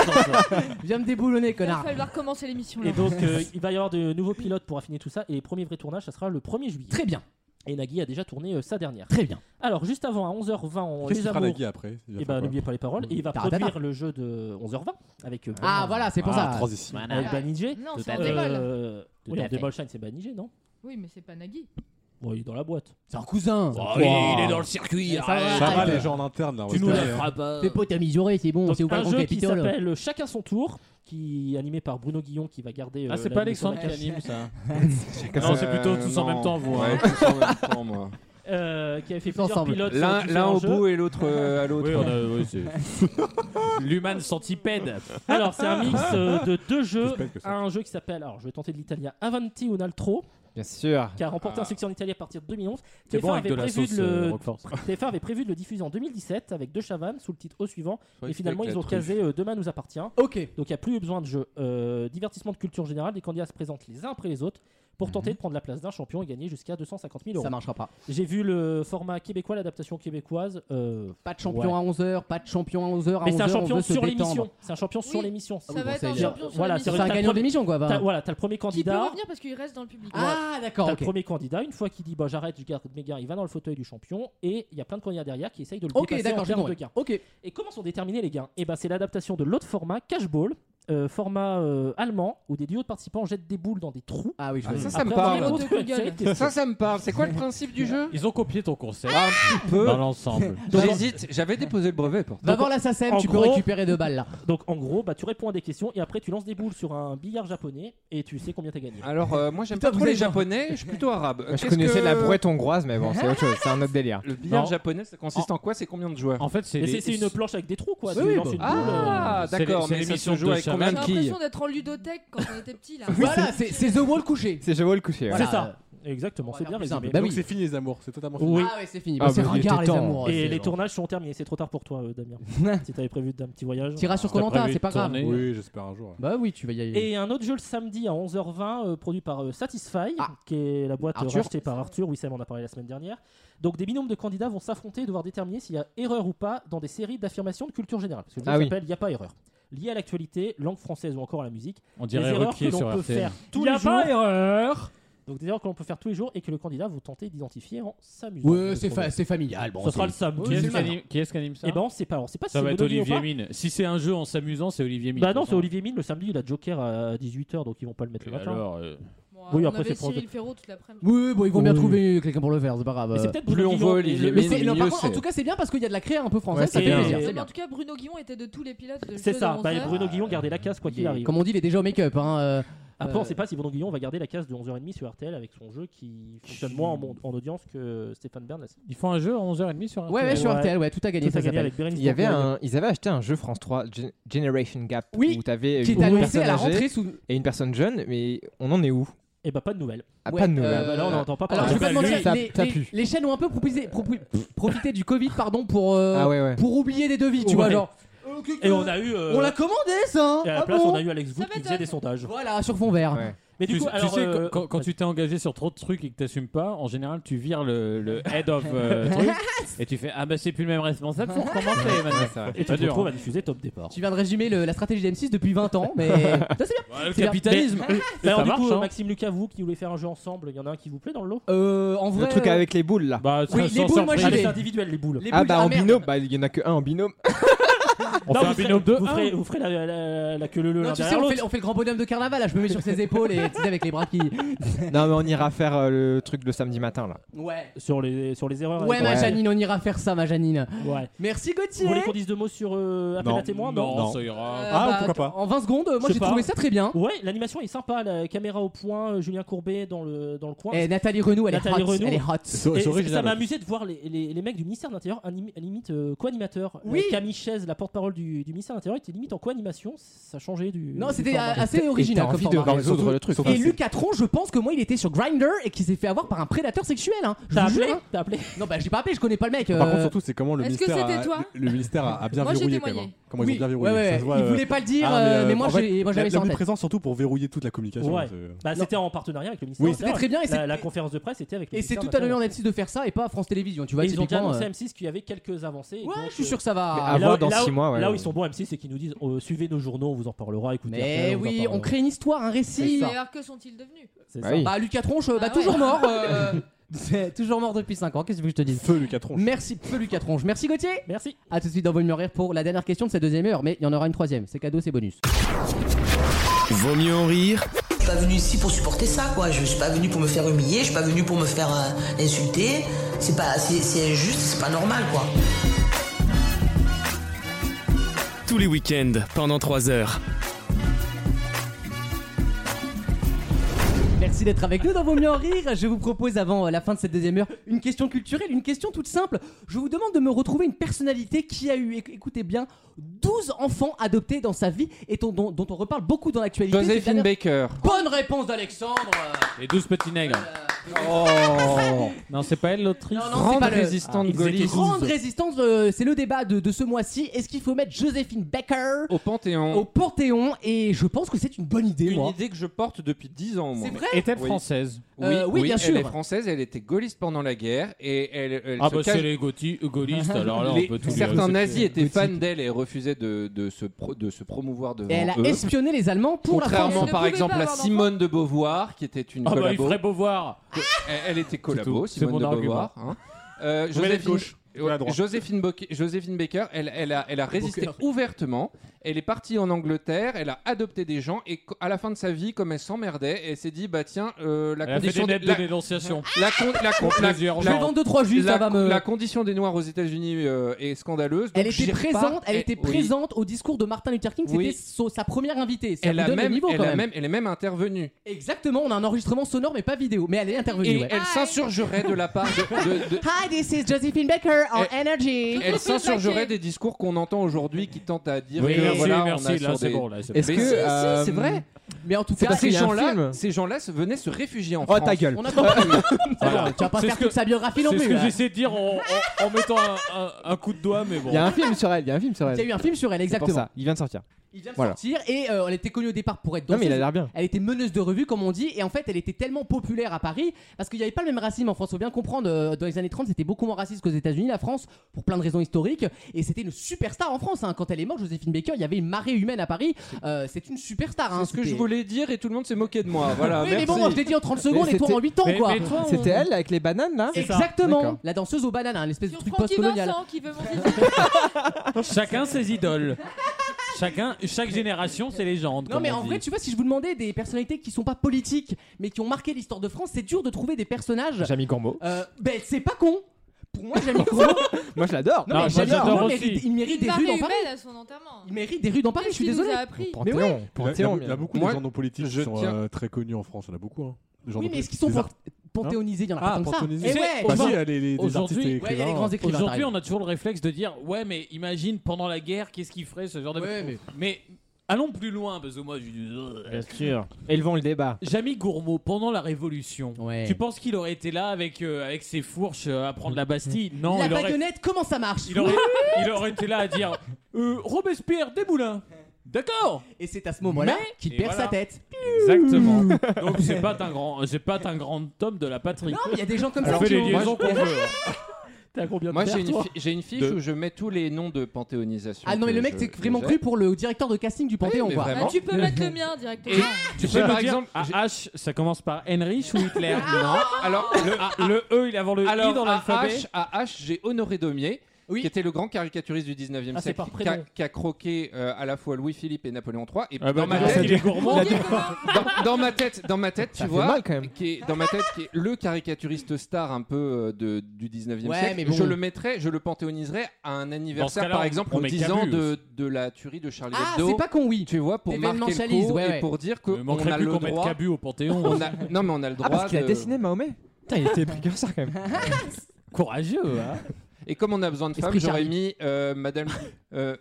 Viens me déboulonner,
Il va
connard.
falloir commencer l'émission.
Et
là.
donc, euh, il va y avoir de nouveaux pilotes pour affiner tout ça. Et les premiers vrais tournages, ça sera le 1er juillet.
Très bien.
Et Nagui a déjà tourné euh, sa dernière.
Très bien.
Alors, juste avant, à 11h20, on
Qu'est-ce
les
qu'il fera
amours-
Nagui après Il va
Eh
faire
ben,
quoi
n'oubliez pas les paroles. Et il va
Taratata.
produire le jeu de 11h20 avec. euh,
Ah,
Bernard-
voilà, c'est pour
Ah,
ça.
transition.
Voilà.
Avec Banijé.
Non,
Tout
Ah, c'est
à
en
fait.
débol.
Euh,
Tout
oui,
à
en
fait.
Débolshine, c'est Banijé, non
Oui, mais c'est pas Nagui.
Ah
Bon, il est dans la boîte.
C'est un cousin.
Ah,
Oh,
oui, il est dans le circuit,
Ça
arrête. Ça va, les gens en interne, là, on Tu va se nous la calmer, hein. feras pas.
Fais pas t'améliorer, c'est bon,
Donc,
c'est ouvert
un
le
jeu qui
Capitole.
s'appelle Chacun son tour. qui animé par Bruno Guillon qui va garder.
Ah,
euh,
c'est
la
pas
émission
Alexandre qui
d'Akash.
anime, ça. Non, c'est plutôt tous en même temps, vous.
Euh, Ouais,
hein.
tous en même temps, moi.
Euh, qui avait fait
Tous
plusieurs
ensemble.
pilotes.
L'un-
sur
l'un au
différents
bout
jeux.
et l'autre, euh, à l'autre.
Oui, on a- oui, c'est- L'human centipède.
Alors, c'est un mix euh, de deux jeux.
Plus belle que ça.
Un jeu qui s'appelle, alors je vais tenter de l'italien, Avanti un altro,
Bien sûr.
qui a remporté un succès en Italie à partir de 2011.
Ah. C'est
TF1
bon avec
avait
de la
prévu
sauce,
de
euh,
le...
Roquefort.
TF1 avait prévu de le diffuser en 2017 avec deux chavannes sous le titre au suivant.
vrai
Et
que
finalement,
avec
ils
la
ont
truffe.
casé euh, Demain nous appartient.
Ok.
Donc il n'y a plus eu besoin de jeu. Euh, divertissement de culture générale, les candidats se présentent les uns après les autres pour tenter
Mhm.
de prendre la place d'un champion et gagner jusqu'à 250 000 euros.
Ça marchera pas.
J'ai vu le format québécois, l'adaptation québécoise. euh,
Pas de champion
ouais.
à 11h, pas de champion à 11h.
Mais c'est un champion sur l'émission. C'est un champion sur
Oui,
l'émission.
ça va être un champion sur
Voilà,
l'émission.
vrai,
C'est un
t'as le
gagnant
premier-
d'émission, quoi, bah.
t'as- Voilà, t'as le premier
Qui peut
candidat.
revenir parce qu'il reste dans le public.
Ah, d'accord.
T'as
ok.
le premier candidat, une fois qu'il dit bah j'arrête, je garde mes gains, il va dans le fauteuil du champion et il y a plein de candidats derrière qui essayent de le
Ok,
dépasser
d'accord,
en
j'ai
termes de
compris.
gains.
Ok.
Et comment sont déterminés les gains Et ben c'est l'adaptation de l'autre format, Cashball, euh, format euh, allemand où des duos de participants jettent des boules dans des trous.
Ah oui, je
Ah,
vois
ça,
ça.
ça me
Après,
parle.
on va répondre à cette question.
Ça, ça me parle. C'est quoi le principe du jeu
Ils ont copié ton concept
Un petit peu.
dans l'ensemble.
J'hésite. J'avais déposé le brevet pour.
Va voir la SACEM,
en
tu peux
gros-
récupérer deux balles là.
Donc en gros, bah tu réponds à des questions et après tu lances des boules sur un billard japonais et tu sais combien t'as
Ah,
gagné.
Alors, euh, moi, j'aime
Putain,
pas trop
vous
les
êtes-
japonais. Je suis plutôt arabe.
Moi, je
Qu'est-ce
connaissais
que-
la brouette hongroise, mais bon, c'est autre chose, c'est un autre délire.
Le billard
Non.
japonais, ça consiste en quoi C'est combien de joueurs
En fait, c'est
Mais
les-
c'est c'est une planche avec des trous quoi.
Oui,
tu
oui,
lances
bah-
une boule, euh,
Ah,
c'est
d'accord.
les- c'est
Mais ça
l'émission
se joue
de
avec
Chaman.
combien
J'ai
de quilles
l'impression d'être en ludothèque quand on était petit là.
Voilà, c'est c'est The Wall couché.
C'est Jawol couché. ouais.
Voilà.
C'est ça. Exactement,
On va
c'est
faire
bien
plus
résumé.
simple. Bah
Donc
oui.
c'est fini les amours, c'est totalement fini.
Oui.
Ah ouais, c'est fini.
Ah,
Bah, c'est
bah, il était
regard les
temps.
amours.
Et
c'est
les
genre-
tournages sont terminés, c'est trop tard pour toi euh, Damien. si t'avais prévu d'un petit voyage.
T'iras sur
T'as
Colanta,
prévu
c'est pas
de
grave.
tourner.
Oui, j'espère un jour.
Bah oui, tu vas y aller.
Et un autre jeu le samedi à 11h20 euh, produit par euh, Satisfy,
Ah.
qui est la boîte euh,
Arthur.
rachetée par Arthur, oui Sam en a parlé la semaine dernière. Donc des binômes de candidats vont s'affronter et devoir déterminer s'il y a erreur ou pas dans des séries d'affirmations de culture générale. Parce que le jeu
Ah oui.
s'appelle Il n'y a pas erreur. Lié à l'actualité, langue française ou encore à la musique,
On
des
dirait
erreurs que
Ruquier
l'on
sur
peut
RTL.
faire tous
Y
les
a
jours.
pas erreur.
Donc des erreurs que l'on peut faire tous les jours et que le candidat vous tentez d'identifier en s'amusant.
Ouais,
Je
c'est
trouve.
fa- c'est familial. Bon,
Ce sera
c'est-
le samedi.
Qui
c'est
est-ce
le
qui
matin.
anime- qui est-ce qui anime ça
Et ben on sait pas, on sait pas si
Ça va
c'est
être
Bonomi ou
Olivier
pas.
Mine. Si c'est un jeu en s'amusant, c'est Olivier Mine.
Bah non, c'est Olivier Mine, le samedi il a Joker euh, à 18h donc ils vont pas le mettre
Et
le matin.
alors, euh,
Bon,
Oui,
on
après,
avait
c'est pour-
Cyril Ferraud toute l'après-midi.
Oui, bon, ils vont bien
Oui.
trouver quelqu'un pour le faire, c'est pas grave.
Mais c'est
euh.
peut-être
Plus
Bruno
on
Guillon
voit
et
Olivier
le-
Mais
Mine,
c'est- non,
mieux
par contre, en
c'est.
tout cas, c'est bien parce qu'il y a de la créa un peu française,
Ouais,
ça
c'est
fait
bien.
plaisir.
Et-
C'est
Mais
bien.
en tout cas, Bruno Guillon était de tous les pilotes de
C'est
Jeux Euh,
ça,
de
bah,
Bronzer.
Bruno Guillon gardez la case quoi qu'il arrive.
Comme on dit, il est déjà au make-up. Hein. euh.
Après,
Euh,
on sait pas si Bruno Guillon va garder la case de 11h30 sur RTL avec son jeu qui fonctionne moins en, mon- en audience que Stéphane Bern.
Ils font un jeu à 11h30 sur
Ouais, ouais,
Ouais.
sur RTL, ouais, Hein, tout a
Il
gagné,
a
ça
gagné
s'appelle.
avec Bérénice
Il y avait
Bourgogne.
un, ils avaient acheté un jeu France 3, Gen- Generation Gap,
Oui,
où t'avais
Qui
une
est annoncé
personne
à la
âgée
rentrée sous.
et une personne jeune, mais on en est où
Et bah, pas de nouvelles.
Ah,
Ouais,
Pas de nouvelles.
Euh,
Bah, là, on n'entend pas
Alors,
parler.
je vais pas te
bah, lui,
mentir,
ça-
les-
ça
les-
pue.
les chaînes ont un peu proposé- propo- profité du Covid, pardon, pour. euh,
Ah ouais, ouais.
Pour oublier des devis, tu
Ouais.
vois, genre.
Et on a eu. euh,
On l'a commandé, ça hein
et à la
Ah
place,
bon
on a eu Alex Good
Ça
qui faisait
m'étonne.
des sondages.
Voilà, sur fond vert.
Ouais.
Mais
Tu,
du coup,
tu
alors.
sais,
euh,
quand, quand- quand tu t'es engagé sur trop de trucs et que t'assumes pas, en général, tu vires le, le head of euh, truc et tu fais Ah bah c'est plus le même responsable, faut recommencer maintenant.
Et tu
Pas
te
dur,
retrouves
hein.
à diffuser top départ.
Tu viens de résumer le- la stratégie d'M6 depuis 20 ans, mais. Ça, c'est bien.
Ouais, le
C'est-à-dire-
capitalisme
ah,
Alors,
Ça
du
marche,
coup,
hein.
Maxime Lucas, vous qui voulez faire un jeu ensemble, il y en a un qui vous plaît dans le lot
Euh, en vrai.
Le truc
euh,
avec les boules là.
Bah,
Oui,
sans-
les
sans
boules, moi,
Ah,
j'y
surprise.
vais.
mais C'est individuel les boules.
les
Ah
boules,
bah en
merde.
binôme, bah il y en a que un en binôme.
On
Non,
fait
vous
un
ferez-
binôme de
Vous
un.
ferez, vous ferez la, la, la queue le le
Non,
l'un
tu sais,
derrière
on fait,
l'autre.
on fait le grand bonhomme de carnaval, là, je me mets sur ses épaules et tu sais, avec les bras qui.
non mais on ira faire euh, le truc le samedi matin là.
Ouais.
Sur les, sur les erreurs.
Ouais,
avec-
ma Janine, on ira faire ça, ma Janine.
Ouais.
Merci
Vous
Gauthier.
voulez qu'on dise deux mots sur euh, Appel
Non.
à témoins
Non,
Non.
ça ira.
Euh,
Ah,
bah,
pourquoi pas.
En 20 secondes, moi
Je
j'ai
sais
trouvé
pas.
ça très bien.
Ouais, l'animation est sympa, la caméra au point, euh, Julien Courbet dans le, dans le coin.
Et Nathalie Renaud, elle
Nathalie
est hot.
Renaud.
Elle est hot.
Et
C'est
ça
original.
m'a amusé de voir les, les, les mecs du ministère de l'Intérieur, anim- limite euh, co-animateur.
Oui.
Euh, Camille Chaise, la porte-parole du, du ministère de l'Intérieur, était limite en co-animation. Ça changeait du.
Non,
du
c'était
format.
euh, assez original
Et t'as
comme
envie de
format.
résoudre le truc.
Et Luc Atron, je pense que moi il était sur Grinder et qu'il s'est fait avoir par un prédateur sexuel. Hein. Je
T'as
vous jure,
appelé
hein.
T'as appelé
Non, bah j'ai pas appelé, je connais pas le mec.
Par
euh,
contre, surtout, c'est comment le
Est-ce que
ministère,
c'était
a,
toi
le ministère a a bien
Moi, j'ai
verrouillé quand même.
témoigné.
hein. Comment ils
oui,
ont bien
ouais,
verrouillé. ça
ouais,
se voit,
Il
euh,
voulait pas le dire,
Ah,
euh,
euh,
mais moi
en fait,
j'ai- moi,
la-
j'avais ça en
La
tête.
présence surtout pour verrouiller toute la communication.
Ouais.
c'est- euh,
Bah, c'était en partenariat avec le ministère.
Oui,
de
c'était
l'Intérieur.
très bien et
La,
c'est-
la conférence de presse était avec le
Et c'est
ministère
tout
de
à l'honneur
l'Intérieur.
d'M6 de faire ça et pas France Télévisions. Tu vois,
Et Ils ont déjà
typiquement,
annoncé
euh,
à M6 qu'il y avait quelques avancées. et
Ouais,
donc,
je suis
euh,
sûr que ça
Mais
va.
à
là
voir
où-
dans
là où-
six mois, ouais.
Là où ils sont bons, M6, c'est qu'ils nous disent
oh,
euh, suivez nos journaux, on vous en parlera, écoutez.
Mais
RTL, on vous en
oui,
parlera.
on crée une histoire, un
Mais
récit.
alors, que sont-ils devenus
C'est
Bah
ça.
oui.
Bah, Lucas Tronche, euh, bah,
Ah ouais.
toujours mort. euh, c'est toujours mort depuis 5 ans, qu'est-ce que tu veux que je te dise
Feu Lucas Tronche.
Merci, peu Lucas Tronche. Merci Gauthier.
Merci.
A tout de suite dans Volume Horaire pour la dernière question de cette deuxième heure, mais il y en aura une troisième. C'est cadeau, c'est bonus.
Vaut mieux en rire
Je suis pas venu ici pour supporter ça, quoi. Je suis pas venu pour me faire humilier, je suis pas venu pour me faire euh, insulter. C'est pas, c'est c'est injuste, c'est pas normal, quoi.
tous les week-ends pendant 3 heures.
merci d'être avec nous dans Vos mieux en rire. Je vous propose avant euh, la fin de cette deuxième heure une question culturelle, une question toute simple. Je vous demande de me retrouver une personnalité qui a eu, éc- écoutez bien, 12 enfants adoptés dans sa vie et dont, dont- dont on reparle beaucoup dans l'actualité. ces
Joséphine
dernières-
Baker.
Bonne réponse d'Alexandre.
Les 12 petits nègres.
Oh.
Non, c'est pas elle l'autrice.
Non, non, c'est pas le- Ah, ils étaient Grande résistance, euh, c'est le débat de, de ce mois-ci. Est-ce qu'il faut mettre Joséphine Baker
Au Panthéon.
au Panthéon Et je pense que c'est une bonne idée,
Une
moi.
idée que je porte depuis 10 ans. moi.
C'est vrai
Est-elle
Oui.
française
Oui,
Euh, oui,
oui,
bien
elle
sûr.
est française, elle était gaulliste pendant la guerre et elle, elle
Ah
se
bah
cache-
c'est les gothi- gaullistes, alors là on
Les-
peut tout lui
certains
restituer.
nazis étaient fans d'elle et refusaient de, de se pro- de se promouvoir devant
Et elle a
eux.
espionné les Allemands pour la France.
Euh. Contrairement par exemple à Simone de Beauvoir, qui était une
Ah bah, il
collabo.
ferait Beauvoir.
Elle, elle était collabo,
tout. C'est
Simone
mon
de
argument.
Beauvoir. hein. Euh,
Mais elle est de gauche,
Ouais,
ou la droite.
Joséphine, Boc- Joséphine Baker, elle, elle a, elle a résisté ouvertement. Elle est partie en Angleterre, elle a adopté des gens et co- à la fin de sa vie, comme elle s'emmerdait, elle s'est dit bah tiens, euh, la
Elle a fait
condition
des lettres
la-
de dénonciation.
la, con- la, con-
Pour
la-
plaisir,
la-
genre. Je vais vendre deux,
trois juifs,
la,
ça va me-
la condition des Noirs aux États-Unis euh, est scandaleuse. donc
Elle était
j'irai pas-
présente, elle
eh,
était
oui.
présente au discours de Martin Luther King. C'était
Oui.
so- sa première invitée. Ça
Elle
vous
a
donne le
même,
niveau
elle
quand
a
même.
même- elle est même intervenue.
Exactement, on a un enregistrement sonore mais pas vidéo. Mais elle est intervenue.
Et
ouais.
elle s'insurgerait de la part de- de- de,
Hi, this is Josephine Baker on Energy.
Elle s'insurgerait des discours qu'on entend aujourd'hui qui tentent à dire
Oui,
que
merci,
voilà,
merci,
on a
là,
sur
c'est
des-
bon, là, c'est
Mais
bon.
si,
Est-ce que,
si,
euh,
c'est vrai.
Mais en tout
C'est
cas,
parce que ces
il y a un
gens-là,
film.
ces gens-là se- venaient se réfugier en
Oh,
France.
ta gueule.
on a compris.
Voilà.
Tu vas pas
C'est
faire
ce que-
toute sa biographie non
C'est
plus.
ce que
là.
j'essaie de dire en, en- en mettant un, un- un coup de doigt, mais bon.
Il y a un film sur elle, il y a un film sur elle.
Il y a eu un film sur elle,
C'est pour
exactement.
ça, il vient de sortir.
Il vient de
Voilà.
sortir et euh, elle était connue au départ pour être
Non,
danseuse.
mais il a l'air bien.
Elle était meneuse de revue, comme on dit, et en fait, elle était tellement populaire à Paris parce qu'il n'y avait pas le même racisme en France. Faut bien comprendre, euh, dans les années 30, c'était beaucoup moins raciste qu'aux États-Unis, la France, pour plein de raisons historiques. Et c'était une superstar en France. hein. Quand elle est morte, Joséphine Baker, il y avait une marée humaine à Paris. Euh, c'est une superstar. hein.
C'est ce que
C'était-
je voulais dire et tout le monde s'est moqué de moi. Voilà,
Oui, mais
merci.
bon, moi, je l'ai dit en 30 secondes
Mais
et toi en
c'était-
8 ans,
Mais-
quoi. Hein.
mais toi, on-
C'était elle avec les bananes là
C'est ça.
Exactement,
D'accord.
la danseuse aux bananes, hein, l'espèce de truc
Francky
post-colonial.
Vincent qui veut monter
Chacun ses idoles. Chacun, chaque génération, ses légendes.
Non mais en vrai, tu vois, si je vous demandais des personnalités qui sont pas politiques, mais qui ont marqué l'histoire de France, c'est dur de trouver des personnages.
Jamie Corbeau.
Euh, ben c'est pas con. Pour moi, Jamie Corbeau,
Moi je l'adore.
mais
Non, moi,
Jamie
j'adore
Corbeau
aussi.
mérite, il mérite
une
des
marée
rues dans
humaine
Paris.
à son enterrement.
Il mérite des rues dans Paris. Je suis
Qu'est-ce qu'il nous
désolé.
a appris
Mais
Panthéon.
Panthéon,
Il y a beaucoup
Moi,
de gens non politiques
je
qui sont
tiens-
euh, très connus en France. Il y en a beaucoup. Hein. Des gens
Oui,
non
mais est-ce
politiques.
qu'ils sont
Des
pan- panthéonisés Il y en a pas
Ah,
tant que ça.
panthéonisés.
Eh
Tu sais,
ouais,
ar- Bah
Aujourd'hui-
si, il y a les, les- des artistes
Aujourd'hui,
et
ouais, il y a les
écrivains.
grands écrivains.
Aujourd'hui,
t'as
on a toujours le réflexe de dire Ouais, mais imagine pendant la guerre, qu'est-ce qu'il ferait ce genre de.
Ouais, mais-
allons plus loin, parce que moi, je.
Bien sûr.
Élevons le débat.
Jamy Gourmaud, pendant la Révolution,
Ouais.
tu penses qu'il aurait été là avec, euh, avec ses fourches euh, à prendre la Bastille Non,
La
il aurait,
baïonnette, comment ça marche
il, aurait, il aurait été là à dire euh, Robespierre, Desmoulins D'accord
Et c'est à ce moment-là
Mais-
qu'il
Et
perd
voilà.
sa tête.
Exactement. Donc c'est pas un grand, c'est pas un grand homme de la patrie.
Non, mais il y a des gens comme
On
ça.
fait
qui
les
ont-
liaisons qu'on veut.
T'as combien de
Moi, j'ai
verres,
une,
toi
fi- j'ai une fiche
De-
où je mets tous les noms de panthéonisation.
Ah non, mais
que
le mec,
je-
c'est
que
vraiment
j'ai.
cru pour le directeur de casting du Panthéon,
mais
quoi.
vraiment.
Ah, Tu peux mettre le mien directement.
Je
Tu sais, par
veux dire,
exemple, j'ai-
AH, ça commence par Heinrich ou Hitler
non. Alors,
Le, A- le E, il est avant le I dans
alors à
l'alphabet.
H, à H, j'ai Honoré Daumier.
Oui.
Qui était le grand caricaturiste du 19e
Ah, c'est
siècle,
par
qui a,
prénom.
qui a croqué euh, à la fois Louis-Philippe et Napoléon III. Et
Ah bah,
dans ma
dis donc,
tête,
il est gourmand.
dans, dans ma tête, dans ma tête, tu
Ça fait
vois,
mal, quand même.
qui est dans ma tête, qui est le caricaturiste star un peu euh, de, du 19e
Ouais,
siècle.
mais bon.
Je le mettrais, je le panthéoniserais à un anniversaire,
cas-là,
par
on-
exemple,
on
aux
met
10
Camus
ans de, de la tuerie de Charlie
Ah,
Hebdo.
c'est pas con, oui.
Tu vois, pour
L'événement
marquer le
Chalise,
coup
ouais, ouais.
et pour dire
Il ne
qu'on
manquerait
a
plus
le
qu'on mette
droit.
Cabu au Panthéon.
On a, non, mais on a le droit.
Ah, parce qu'il a
de-
dessiné Mahomet Putain, il était précurseur quand même.
Courageux, hein
Et comme on a besoin de
Esprit
femmes, j'aurais
Charlie.
mis euh, Madame, euh,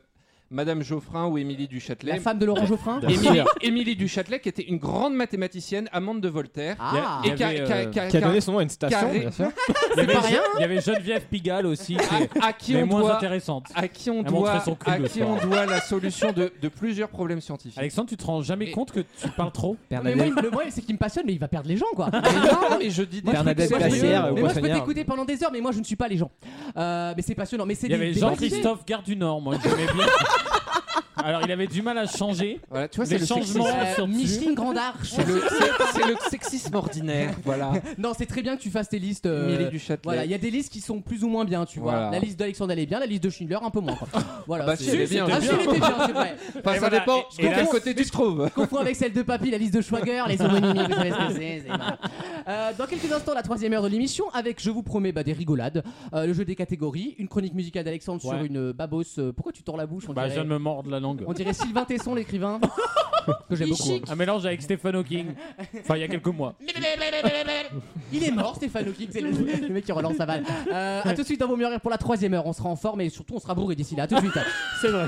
Madame Geoffrin ou Émilie du
La
Châtelet.
femme de Laurent Geoffrin
Émilie- Émilie du Châtelet, qui était une grande mathématicienne, amante de Voltaire.
Ah,
Il y
Et qui a-
avait,
qui a-
euh,
qui a-
Qui a
qui a-
donné son nom à une station,
Carré.
bien sûr.
Il y avait,
pas rien,
il y avait Geneviève Pigalle aussi, Ah, qui Ah, est
Ah, à qui
mais
on
moins
doit
intéressante.
à qui on
Elle
doit,
montrait son cul
à
le
qui
soir.
on doit la solution de, de plusieurs problèmes scientifiques.
Alexandre, tu te rends jamais
Mais-
compte que tu parles trop
mais moi, il-
Bernadette.
le problème, c'est qu'il me passionne, mais il va perdre les gens, quoi.
Mais non, Ah, mais je dis des trucs
Bernadette
sérieux.
Glacière,
Mais
euh,
moi, je peux
Boissonnière.
t'écouter pendant des heures, mais moi, je ne suis pas les gens. Euh, mais c'est passionnant. Mais c'est
Il y
des-
avait
des
Jean-Christophe Gare du Nord, moi, que j'aimais bien. Alors, il avait du mal à changer.
Voilà, tu vois,
Les
c'est le
changements-
sexisme.
Euh, Micheline Grand Arche.
C'est le, c'est- c'est le sexisme ordinaire, voilà.
Non, c'est très bien que tu fasses tes listes. euh,
Émilie du Châtelet.
Voilà, il y a des listes qui sont plus ou moins bien, tu vois.
Voilà.
La liste d'Alexandre, elle est bien, la liste de Schindler, un peu moins. quoi. Voilà,
Bah,
c'est-
si, elle est bien,
Ah,
elle est
si, elle
bien.
était bien, c'est vrai.
Enfin,
Et
ça
voilà,
dépend
et- et
de
là-
quel côté tu te trouves.
Confond avec celle de Papy, la liste de Schwager, les homonymes, vous savez ce que c'est, c'est marrant. Euh, dans quelques instants, la troisième heure de l'émission, avec, je vous promets, bah, des rigolades, euh, le jeu des catégories, une chronique musicale d'Alexandre sur
Ouais.
une babosse. euh, pourquoi tu tords la bouche on
Bah, je
dirait-
viens de me mordre la langue.
On dirait Sylvain Tesson, l'écrivain.
que
j'aime beaucoup. hein.
Un mélange avec Stephen Hawking. Enfin, il y a quelques mois.
Il est mort, Stéphane Hawking, c'est le, le mec qui relance sa balle. Euh, à tout de suite dans Vaut mieux rire pour la troisième heure. On sera en forme et surtout on sera bourré d'ici là. À tout de suite.
C'est vrai.